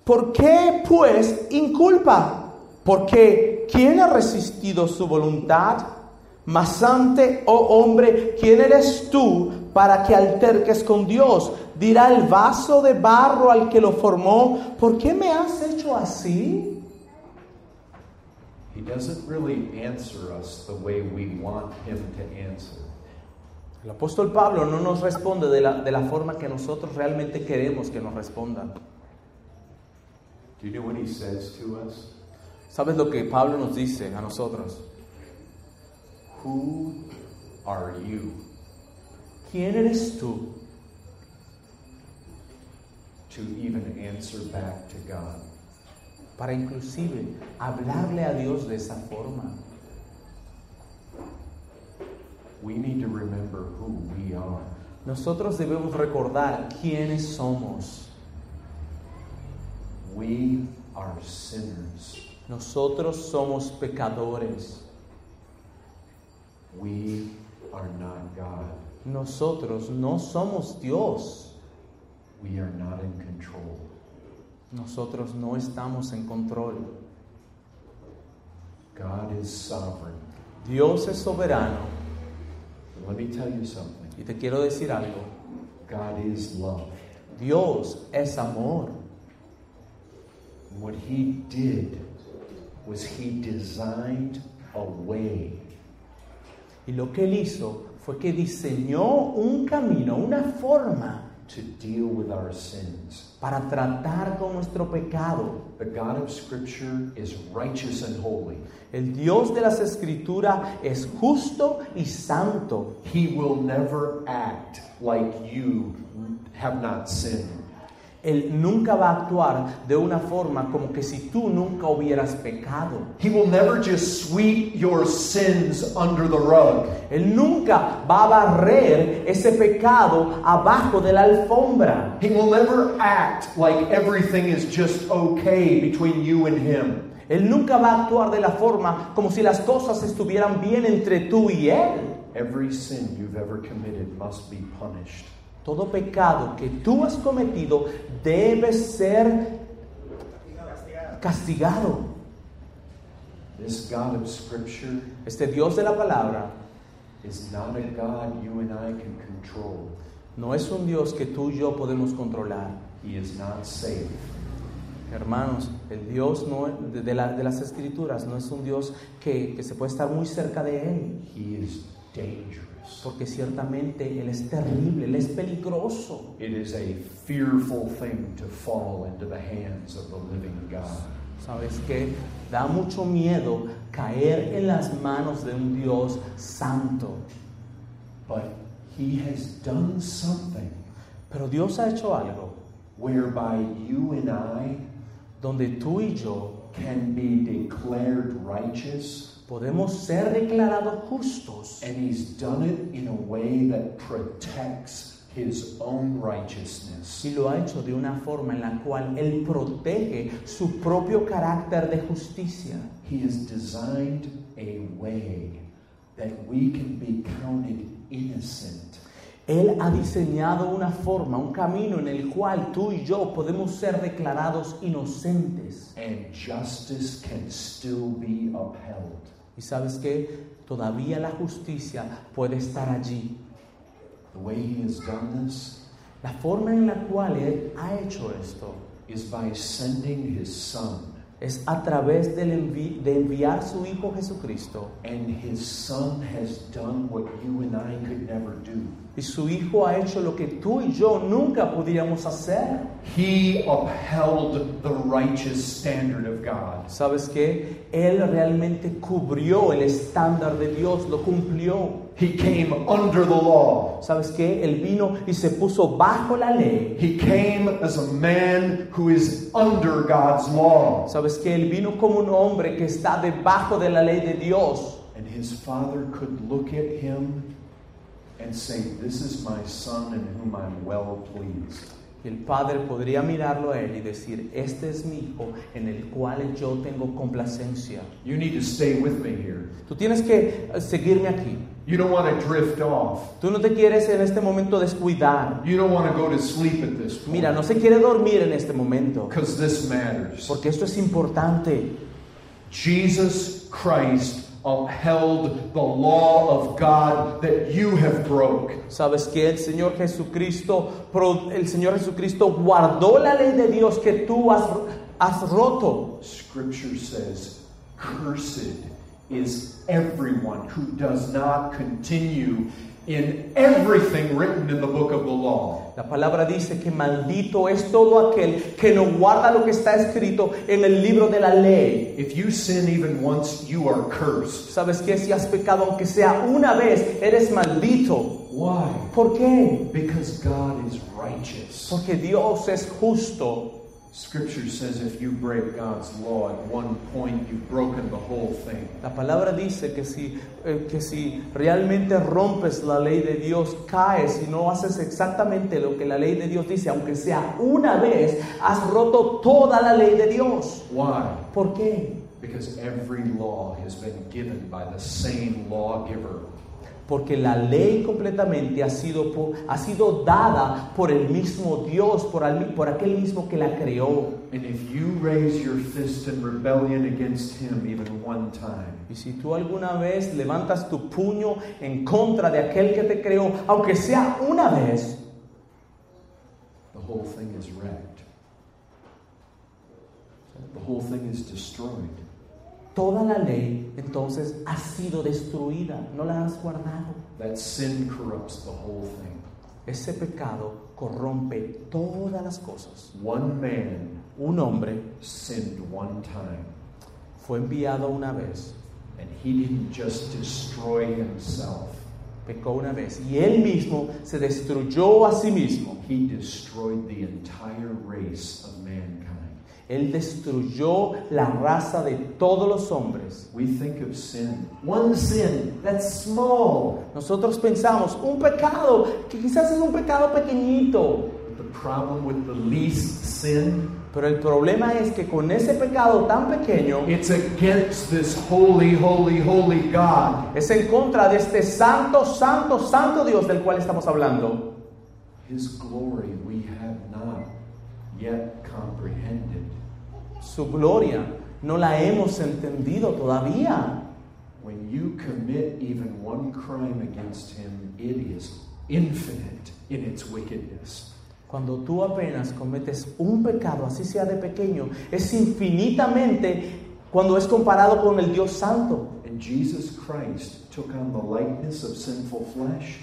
B: ¿por qué pues inculpa? Porque ¿quién ha resistido su voluntad? Mas ante, oh hombre, ¿quién eres tú para que alterques con Dios? Dirá el vaso de barro al que lo formó, ¿por qué me has hecho así?
A: He doesn't really answer us the way we want Him to answer.
B: El apóstol Pablo no nos responde de la, de la forma que nosotros realmente queremos que nos respondan.
A: Do you know what He says to us?
B: ¿Sabes lo que Pablo nos dice a nosotros?
A: Who are you
B: ¿Quién eres tú
A: to even answer back to God?
B: para inclusive hablarle a Dios de esa forma?
A: We need to remember who we are.
B: Nosotros debemos recordar quiénes somos.
A: We are sinners.
B: Nosotros somos pecadores.
A: We are not God.
B: Nosotros no somos Dios.
A: We are not in control.
B: Nosotros no estamos en control.
A: God is sovereign.
B: Dios es soberano.
A: Let me tell you something
B: Y te quiero decir algo.
A: God is love.
B: Dios es amor.
A: What he did was he designed a way
B: Y lo que él hizo fue que diseñó un camino, una forma
A: to deal with our sins.
B: para tratar con nuestro pecado.
A: The God of Scripture is righteous and holy.
B: El Dios de las Escrituras es justo y santo.
A: He will never act like you have not sinned.
B: Él nunca va a actuar de una forma como que si tú nunca hubieras pecado.
A: He will never just sweep your sins under the rug.
B: Él nunca va a barrer ese pecado abajo de la alfombra.
A: He will never act like everything is just okay between you and him.
B: Él nunca va a actuar de la forma como si las cosas estuvieran bien entre tú y Él.
A: Every sin you've ever committed must be punished.
B: Todo pecado que tú has cometido debe ser castigado.
A: This God of Scripture
B: Este Dios de la palabra
A: is not a God you and I can control.
B: no es un Dios que tú y yo podemos controlar.
A: He is not safe.
B: Hermanos, el Dios no, de, de la- de las escrituras no es un Dios que, que se puede estar muy cerca de Él,
A: He is dangerous.
B: porque ciertamente Él es terrible, Él es peligroso.
A: It is a fearful thing to fall into the hands of the living God.
B: ¿Sabes qué? Da mucho miedo caer en las manos de un Dios santo.
A: But He has done something
B: Pero Dios ha hecho algo
A: whereby you and I
B: donde tú y yo
A: can be declared righteous,
B: podemos ser declarados justos.
A: and He's done it in a way that protects His own righteousness.
B: Y lo ha hecho de una forma en la cual Él protege su propio carácter de justicia.
A: He has designed a way that we can be counted innocent.
B: Él ha diseñado una forma, un camino en el cual tú y yo podemos ser declarados inocentes.
A: and justice can still be upheld.
B: Y sabes que todavía la justicia puede estar allí.
A: The way he has done this
B: La forma en la cual Él ha hecho esto
A: is by sending his son,
B: es a través del envi- de enviar su Hijo Jesucristo.
A: and his son has done what you and I could never do.
B: Y su hijo ha hecho lo que tú y yo nunca podíamos hacer.
A: He upheld the righteous standard of God.
B: ¿Sabes qué? Él realmente cubrió el estándar de Dios, lo cumplió.
A: He came under the law.
B: ¿Sabes qué? Él vino y se puso bajo la ley.
A: He came as a man who is under God's law.
B: ¿Sabes qué? Él vino como un hombre que está debajo de la ley de Dios.
A: And his father could look at him and say, This is my son in whom I'm well pleased.
B: Y el padre podría mirarlo a él y decir, este es mi hijo en el cual yo tengo complacencia.
A: You need to stay with me here.
B: Tú tienes que eh, seguirme aquí.
A: You don't want to drift off.
B: Tú no te quieres en este momento descuidar.
A: You don't want to go to sleep at this point.
B: Mira, no se quiere dormir en este momento,
A: Because this matters.
B: porque esto es importante.
A: Jesus Christ upheld the law of God that you have broke.
B: Sabes que el Señor Jesucristo, pro- el Señor Jesucristo guardó la ley de Dios que tú has, has roto.
A: Scripture says, Cursed is everyone who does not continue in everything written in the book of the law.
B: La palabra dice que maldito es todo aquel que no guarda lo que está escrito en el libro de la ley.
A: If you sin even once, you are cursed.
B: Sabes que si has pecado aunque sea una vez, eres maldito.
A: Why?
B: ¿Por qué?
A: Because God is righteous.
B: Porque Dios es justo.
A: Scripture says if you break God's law at one point, you've broken the whole thing.
B: La palabra dice que si, eh, que si realmente rompes la ley de Dios, caes y no haces exactamente lo que la ley de Dios dice, aunque sea una vez, has roto toda la ley de Dios.
A: Why?
B: ¿Por qué?
A: Because every law has been given by the same lawgiver.
B: Porque la ley completamente ha sido, po- ha sido dada por el mismo Dios, por, al- por aquel mismo que la creó.
A: And if you raise your fist in rebellion against him even one time,
B: Y si tú alguna vez levantas tu puño en contra de aquel que te creó, aunque sea una vez,
A: the whole thing is wrecked. The whole thing is destroyed.
B: Toda la ley entonces ha sido destruida, no la has guardado.
A: That sin corrupts the whole thing.
B: Ese pecado corrompe todas las cosas.
A: One man
B: Un hombre
A: sinned one time,
B: fue enviado una vez,
A: and he didn't just destroy himself,
B: pecó una vez, y él mismo se destruyó a sí mismo.
A: he destroyed the entire race of mankind.
B: Él destruyó la raza de todos los hombres.
A: We think of sin, one sin, that's small.
B: Nosotros pensamos, un pecado, que quizás es un pecado pequeñito,
A: But the problem with the least sin,
B: pero el problema es que con ese pecado tan pequeño,
A: it's against this holy, holy, holy God.
B: Es en contra de este santo, santo, santo Dios del cual estamos hablando.
A: His glory we have not yet comprehended.
B: Su gloria no la hemos entendido todavía.
A: When you commit even one crime against him, it is infinite in its wickedness.
B: Cuando tú apenas cometes un pecado, así sea de pequeño, es infinitamente cuando es comparado con el Dios Santo.
A: And Jesus Christ took on the likeness of sinful flesh.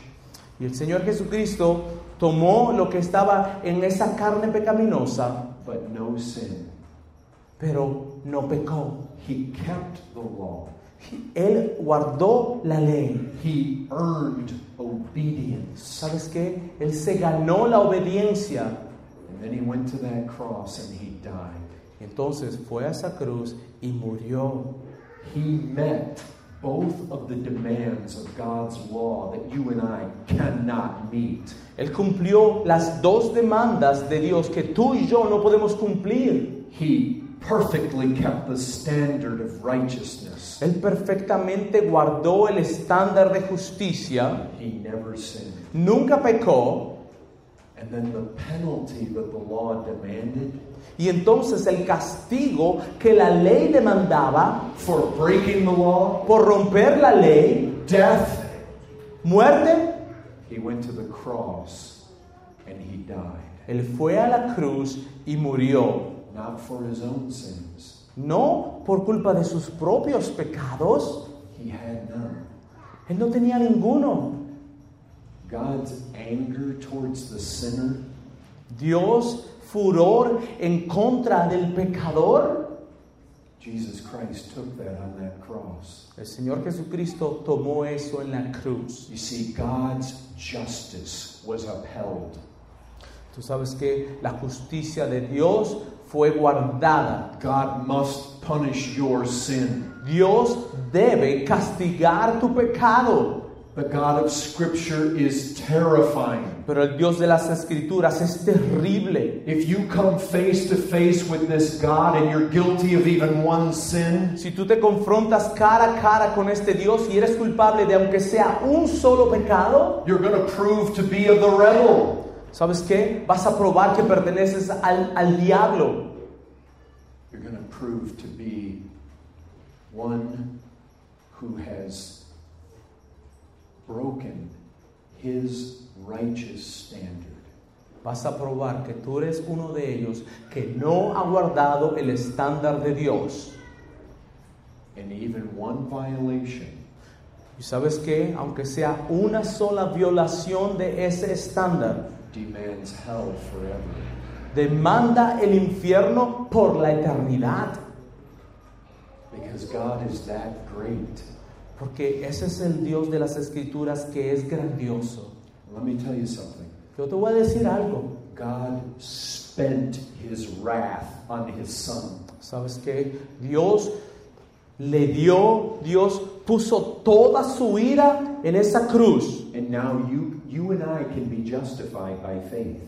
B: Y el Señor Jesucristo tomó lo que estaba en esa carne pecaminosa,
A: but no sin.
B: pero no pecó.
A: He kept the law.
B: Él guardó la ley.
A: He earned obedience.
B: ¿Sabes qué? Él se ganó la obediencia.
A: And then he went to that cross and he died.
B: Entonces fue a esa cruz y murió.
A: He met both of the demands of God's law that you and I cannot meet.
B: Él cumplió las dos demandas de Dios que tú y yo no podemos cumplir.
A: He perfectly kept the standard of righteousness.
B: Él perfectamente guardó el estándar de justicia,
A: He never sinned.
B: nunca pecó,
A: And then the penalty that the law demanded
B: y entonces el castigo que la ley demandaba
A: for breaking the law,
B: por romper la ley,
A: death,
B: muerte,
A: He went to the cross and he died.
B: él fue a la cruz y murió.
A: Not for his own sins,
B: No por culpa de sus propios pecados,
A: he had none.
B: él no tenía ninguno.
A: God's anger towards the sinner
B: Dios furor en contra del pecador.
A: Jesus Christ took that on that cross.
B: El Señor Jesucristo tomó eso en la cruz.
A: You see, God's justice was upheld.
B: Tú sabes que la justicia de Dios fue guardada.
A: God must punish your sin.
B: Dios debe castigar tu pecado.
A: The God of Scripture is terrifying.
B: Pero el Dios de las Escrituras es terrible.
A: If you come face to face with this God and you're guilty of even one sin,
B: Si tú te confrontas cara a cara con este Dios y eres culpable de aunque sea un solo pecado,
A: you're going to prove to be of the rebel.
B: ¿sabes qué? Vas a probar que perteneces al, al diablo.
A: You're going to prove to be one who has broken his righteous standard.
B: Vas a probar que tú eres uno de ellos que no ha guardado el estándar de Dios.
A: And even one violation
B: Y sabes que, aunque sea una sola violación de ese estándar,
A: demands hell forever.
B: demanda el infierno por la eternidad.
A: Because God is that great.
B: Porque ese es el Dios de las Escrituras que es grandioso.
A: Let me tell you something.
B: Yo te voy a decir algo.
A: God spent his wrath on his son.
B: Sabes que Dios le dio, Dios puso toda su ira en esa cruz.
A: And now you you and I can be justified by faith.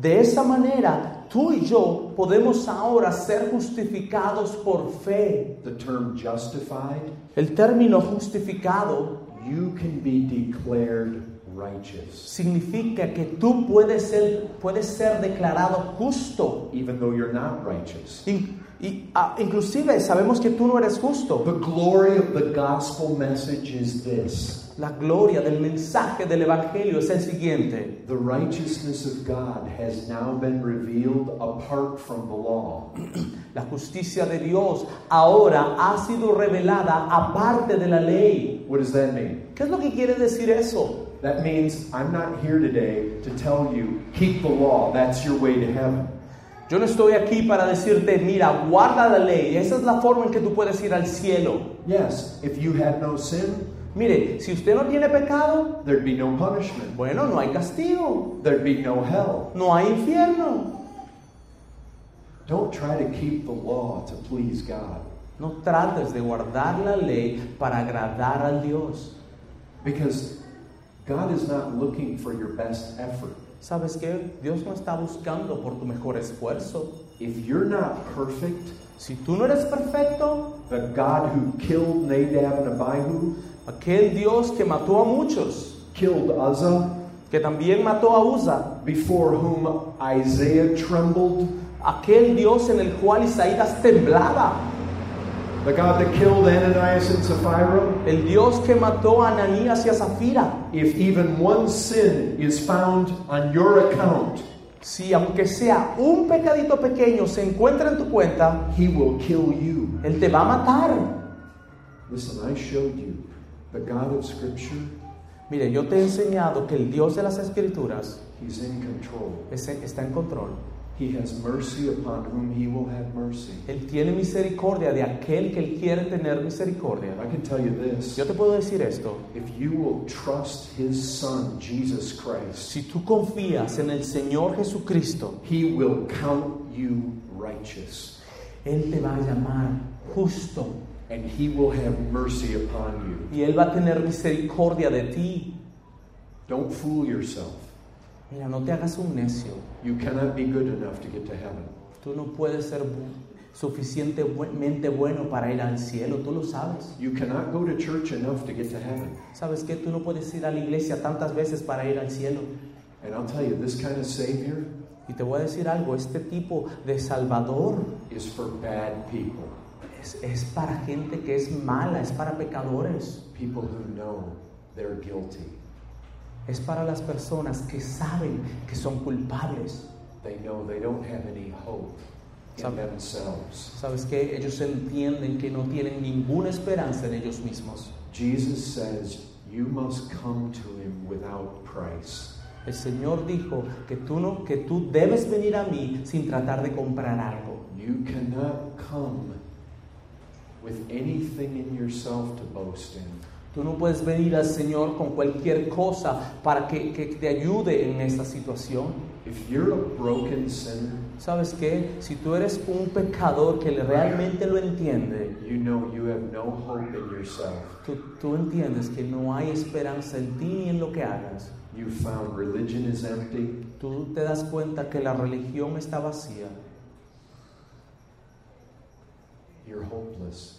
B: De esa manera, tú y yo podemos ahora ser justificados por fe.
A: The term justified,
B: El término justificado
A: you can be declared righteous
B: significa que tú puedes ser, puedes ser declarado justo.
A: even though you're not righteous.
B: In- y, ah, inclusive sabemos que tú no eres justo.
A: The glory of the gospel message is this.
B: La gloria del mensaje del Evangelio es el siguiente.
A: The righteousness of God has now been revealed apart from the law.
B: La justicia de Dios ahora ha sido revelada aparte de la ley.
A: What does that mean?
B: ¿Qué es lo que quiere decir eso?
A: That means I'm not here today to tell you, keep the law, that's your way to heaven.
B: Yo no estoy aquí para decirte, mira, guarda la ley, esa es la forma en que tú puedes ir al cielo.
A: Yes, if you had no sin,
B: Mire, si usted no tiene pecado,
A: there'd be no punishment,
B: bueno, no hay castigo,
A: there'd be no hell.
B: no hay infierno.
A: Don't try to keep the law to please God,
B: No trates de guardar la ley para agradar al Dios.
A: because God is not looking for your best effort.
B: ¿Sabes qué? Dios no está buscando por tu mejor esfuerzo.
A: If you're not perfect,
B: Si tú no eres perfecto,
A: the God who killed Nadab and Abihu,
B: aquel Dios que mató a muchos,
A: killed Uzzah,
B: que también mató a Usa,
A: before whom Isaiah trembled,
B: aquel Dios en el cual Isaías temblaba,
A: the God that killed Ananias and Sapphira,
B: el Dios que mató a Ananías y a Zafira.
A: If even one sin is found on your account,
B: Si aunque sea un pecadito pequeño se encuentra en tu cuenta,
A: he will kill you.
B: Él te va a matar.
A: Listen, I showed you the God of Scripture,
B: Mire, yo te he enseñado que el Dios de las Escrituras
A: he's in control.
B: es- está en control.
A: He has mercy upon whom he will have mercy.
B: Él tiene misericordia de aquel que Él quiere tener misericordia.
A: And I can tell you this
B: Yo te puedo decir esto.
A: if you will trust his son, Jesus Christ,
B: Si tú confías en el Señor Jesucristo,
A: he will count you righteous
B: Él te va a llamar justo
A: and he will have mercy upon you.
B: y Él va a tener misericordia de ti.
A: Don't fool yourself.
B: Mira, no te hagas un necio.
A: You cannot be good enough to get to heaven.
B: Tú no puedes ser bu- suficientemente bueno para ir al cielo, tú lo sabes.
A: You cannot go to church enough to get to heaven.
B: ¿Sabes qué? Tú no puedes ir a la iglesia tantas veces para ir al cielo.
A: And I'll tell you, this kind of Savior
B: Y te voy a decir algo, este tipo de Salvador
A: is for bad people.
B: es, es para gente que es mala, es para pecadores,
A: People who know they're guilty.
B: es para las personas que saben que son culpables.
A: They know they don't have any hope in
B: Some-
A: themselves.
B: ¿Sabes qué? Ellos entienden que no tienen ninguna esperanza en ellos mismos.
A: Jesus says, You must come to him without price.
B: El Señor dijo que tú, no, que tú debes venir a mí sin tratar de comprar algo.
A: You cannot come with anything in yourself to boast in.
B: Tú no puedes venir al Señor con cualquier cosa para que, que te ayude en esta situación.
A: If you're a broken sinner,
B: ¿Sabes qué? Si tú eres un pecador que le- realmente lo entiende,
A: you know you have no hope in yourself.
B: tú, tú entiendes que no hay esperanza en ti ni en lo que hagas.
A: You found religion is empty.
B: Tú te das cuenta que la religión está vacía.
A: You're hopeless.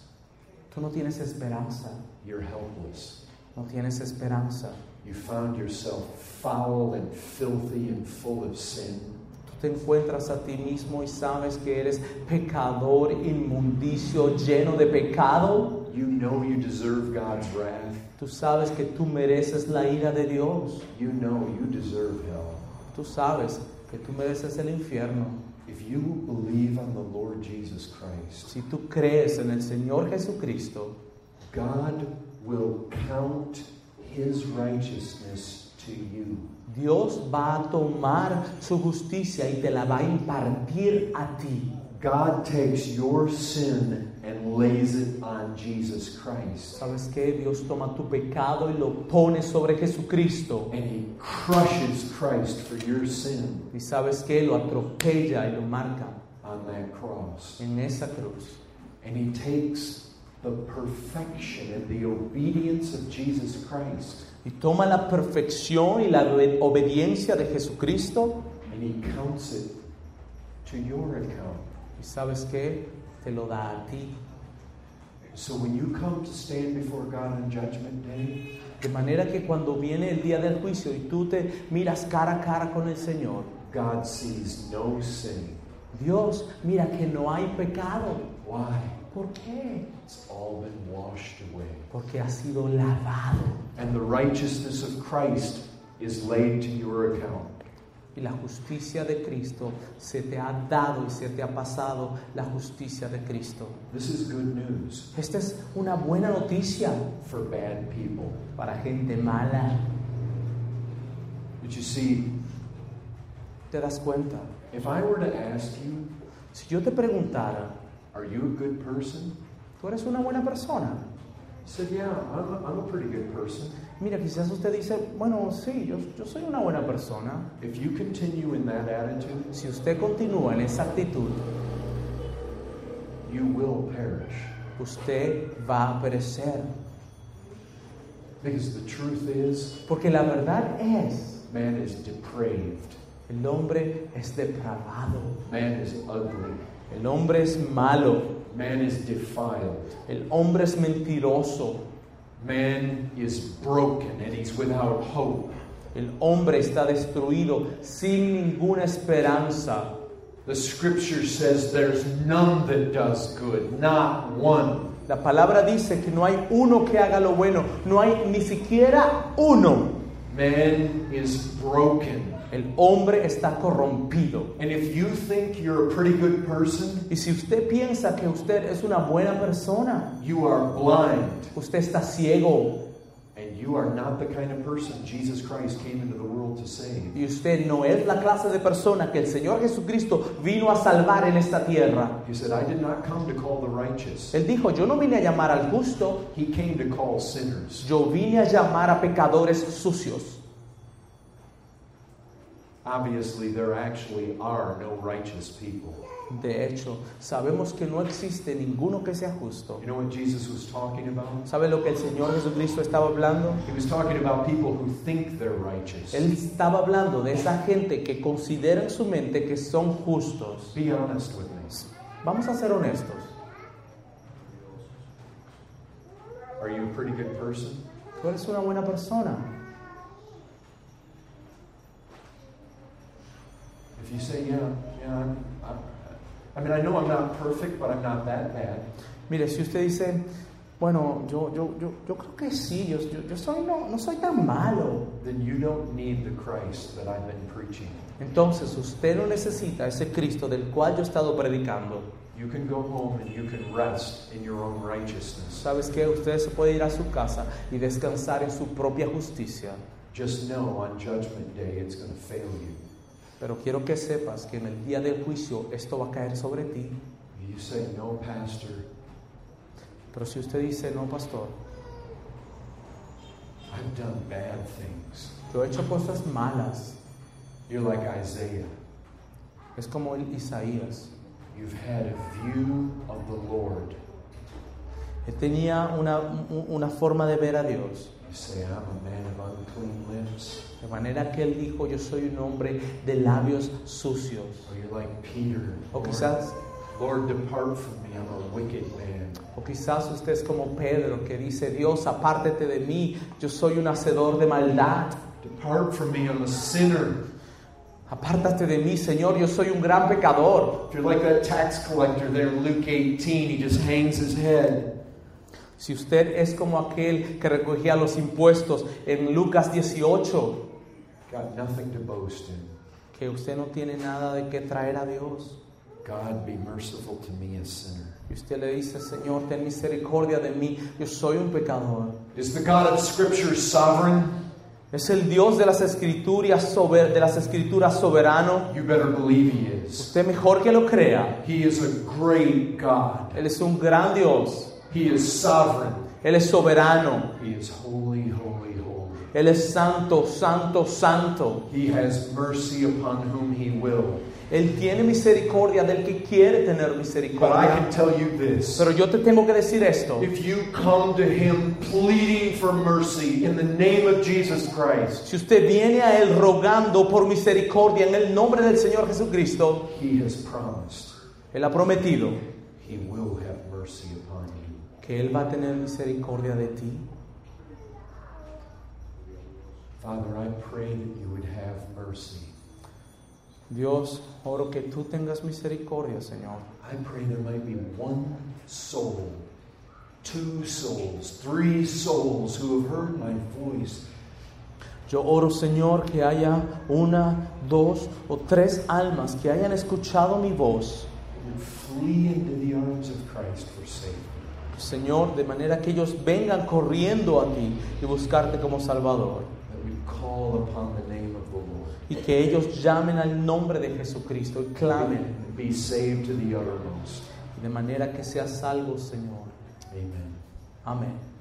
B: Tú no tienes esperanza.
A: You're helpless.
B: No tienes esperanza.
A: You found yourself foul and filthy and full of sin.
B: Tú te encuentras a ti mismo y sabes que eres pecador, inmundicio, lleno de pecado.
A: You know you deserve God's wrath.
B: Tú sabes que tú mereces la ira de Dios.
A: You know you deserve hell.
B: Tú sabes que tú mereces el infierno.
A: If you believe on the Lord Jesus Christ,
B: Si tú crees en el Señor Jesucristo,
A: God will count his righteousness to you.
B: Dios va a tomar su justicia y te la va a impartir a ti.
A: God takes your sin and lays it on Jesus Christ.
B: ¿Sabes qué? Dios toma tu pecado y lo pone sobre Jesucristo.
A: And he crushes Christ for your sin
B: Y sabes qué? Lo atropella y lo marca
A: on that cross.
B: en esa cruz.
A: And he takes the perfection and the obedience of Jesus Christ
B: Y toma la perfección y la obe- obediencia de Jesucristo.
A: and he counts it to your account.
B: Y sabes qué? Te lo da a ti.
A: So when you come to stand before God on Judgment Day,
B: De manera que cuando viene el día del juicio y tú te miras cara a cara con el Señor,
A: God sees no sin.
B: Dios, mira que no hay pecado.
A: Why?
B: ¿Por qué?
A: It's all been washed away.
B: Porque ha sido lavado
A: And the righteousness of Christ is laid to your account.
B: y la justicia de Cristo se te ha dado y se te ha pasado la justicia de Cristo.
A: This is good news
B: Esta es una buena noticia
A: for bad people.
B: para gente mala.
A: But you see,
B: ¿Te das cuenta?
A: if I were to ask you,
B: Si yo te preguntara,
A: Are you a good person?
B: ¿tú eres una buena persona?
A: I said, Yeah, I'm a, I'm a pretty good person.
B: Mira, quizás usted dice, bueno, sí, yo, yo soy una buena persona.
A: If you continue in that attitude,
B: Si usted continúa en esa actitud,
A: you will perish.
B: usted va a perecer.
A: Because the truth is,
B: Porque la verdad es,
A: man is depraved,
B: el hombre es depravado,
A: man is ugly,
B: el hombre es malo,
A: man is defiled,
B: el hombre es mentiroso,
A: man is broken, and he's without hope.
B: el hombre está destruido sin ninguna esperanza.
A: The scripture says there's none that does good, not one.
B: La palabra dice que no hay uno que haga lo bueno, no hay ni siquiera uno.
A: Man is broken.
B: El hombre está corrompido.
A: And if you think you're a pretty good person,
B: Y si usted piensa que usted es una buena persona,
A: you are blind.
B: usted está ciego
A: And you are not the kind of person Jesus Christ came into the world to save.
B: y usted no es la clase de persona que el Señor Jesucristo vino a salvar en esta tierra.
A: He said, I did not come to call the righteous.
B: Él dijo, yo no vine a llamar al justo,
A: He came to call sinners.
B: yo vine a llamar a pecadores sucios.
A: Obviously, there actually are no righteous people.
B: De hecho, sabemos que no existe ninguno que sea justo.
A: You know what Jesus was talking about?
B: ¿Sabe lo que el Señor Jesucristo estaba hablando?
A: He was talking about people who think they're righteous.
B: Él estaba hablando de esa gente que considera en su mente que son justos.
A: Be honest with me.
B: Vamos a ser honestos.
A: Are you a pretty good person?
B: Tú eres una buena persona.
A: If you say, yeah, yeah, I'm, I'm, I mean, I know I'm not perfect, but I'm not that bad.
B: Mire, si usted dice, bueno, yo, yo, yo, yo creo que sí, yo, yo, yo soy, no, no soy tan malo.
A: Then you don't need the Christ that I've been preaching.
B: Entonces usted no necesita ese Cristo del cual yo he estado predicando.
A: You can go home and you can rest in your own righteousness.
B: ¿Sabes qué? Usted se puede ir a su casa y descansar en su propia justicia.
A: Just know on Judgment Day it's going to fail you.
B: Pero quiero que sepas que en el día del juicio esto va a caer sobre ti.
A: You say, No, Pastor,
B: Pero si usted dice, no, pastor,
A: I've done bad things.
B: yo he hecho cosas malas,
A: You're like Isaiah.
B: es como el Isaías.
A: You've had a view of the Lord.
B: Él tenía una, un- una forma de ver a Dios.
A: You say, I'm a man of unclean lips.
B: De manera que él dijo, yo soy un hombre de labios sucios.
A: Or you're like Peter.
B: O
A: "Lord,
B: quizás,
A: Lord, depart from me. I'm a wicked man.
B: o quizás usted es como Pedro que dice, Dios, apártete de mí, yo soy un hacedor de maldad.
A: Depart from me. I'm a sinner.
B: Apártate de mí, Señor, yo soy un gran pecador.
A: If you're like that tax collector there in Luke 18, he just hangs his head.
B: Si usted es como aquel que recogía los impuestos en Lucas 18,
A: Got nothing to boast in.
B: que usted no tiene nada de qué traer a Dios.
A: God, be merciful to me, a sinner.
B: Y usted le dice, Señor, ten misericordia de mí, yo soy un pecador.
A: Is the God of Scripture sovereign?
B: Es el Dios de las escrituras, sober- de las escrituras soberano.
A: You better believe he is.
B: Usted mejor que lo crea.
A: He is a great God.
B: Él es un gran Dios.
A: He is sovereign.
B: Él es soberano.
A: He is holy, holy, holy.
B: Él es santo, santo, santo.
A: He has mercy upon whom he will.
B: Él tiene misericordia del que quiere tener
A: But I
B: misericordia.
A: can tell you this.
B: Pero yo te tengo que decir esto.
A: If you come to him pleading for mercy in the name of Jesus Christ,
B: Si usted viene a Él rogando por misericordia en el nombre del Señor Jesucristo,
A: he has promised
B: Él ha prometido
A: he will have mercy upon you.
B: que Él va a tener misericordia de ti.
A: Father, I pray that you would have mercy.
B: Dios, oro que tú tengas misericordia, Señor.
A: I pray there might be one soul, two souls, three souls who have heard my voice
B: Yo oro, Señor, que haya una, dos o tres almas que hayan escuchado mi voz.
A: and flee into the arms of Christ for safety.
B: Señor, de manera que ellos vengan corriendo a ti y buscarte como Salvador.
A: That we call upon the name of the Lord.
B: Y que ellos llamen al nombre de Jesucristo y clamen.
A: And be saved to the uttermost.
B: De manera que seas salvo, Señor.
A: Amen.
B: Amén.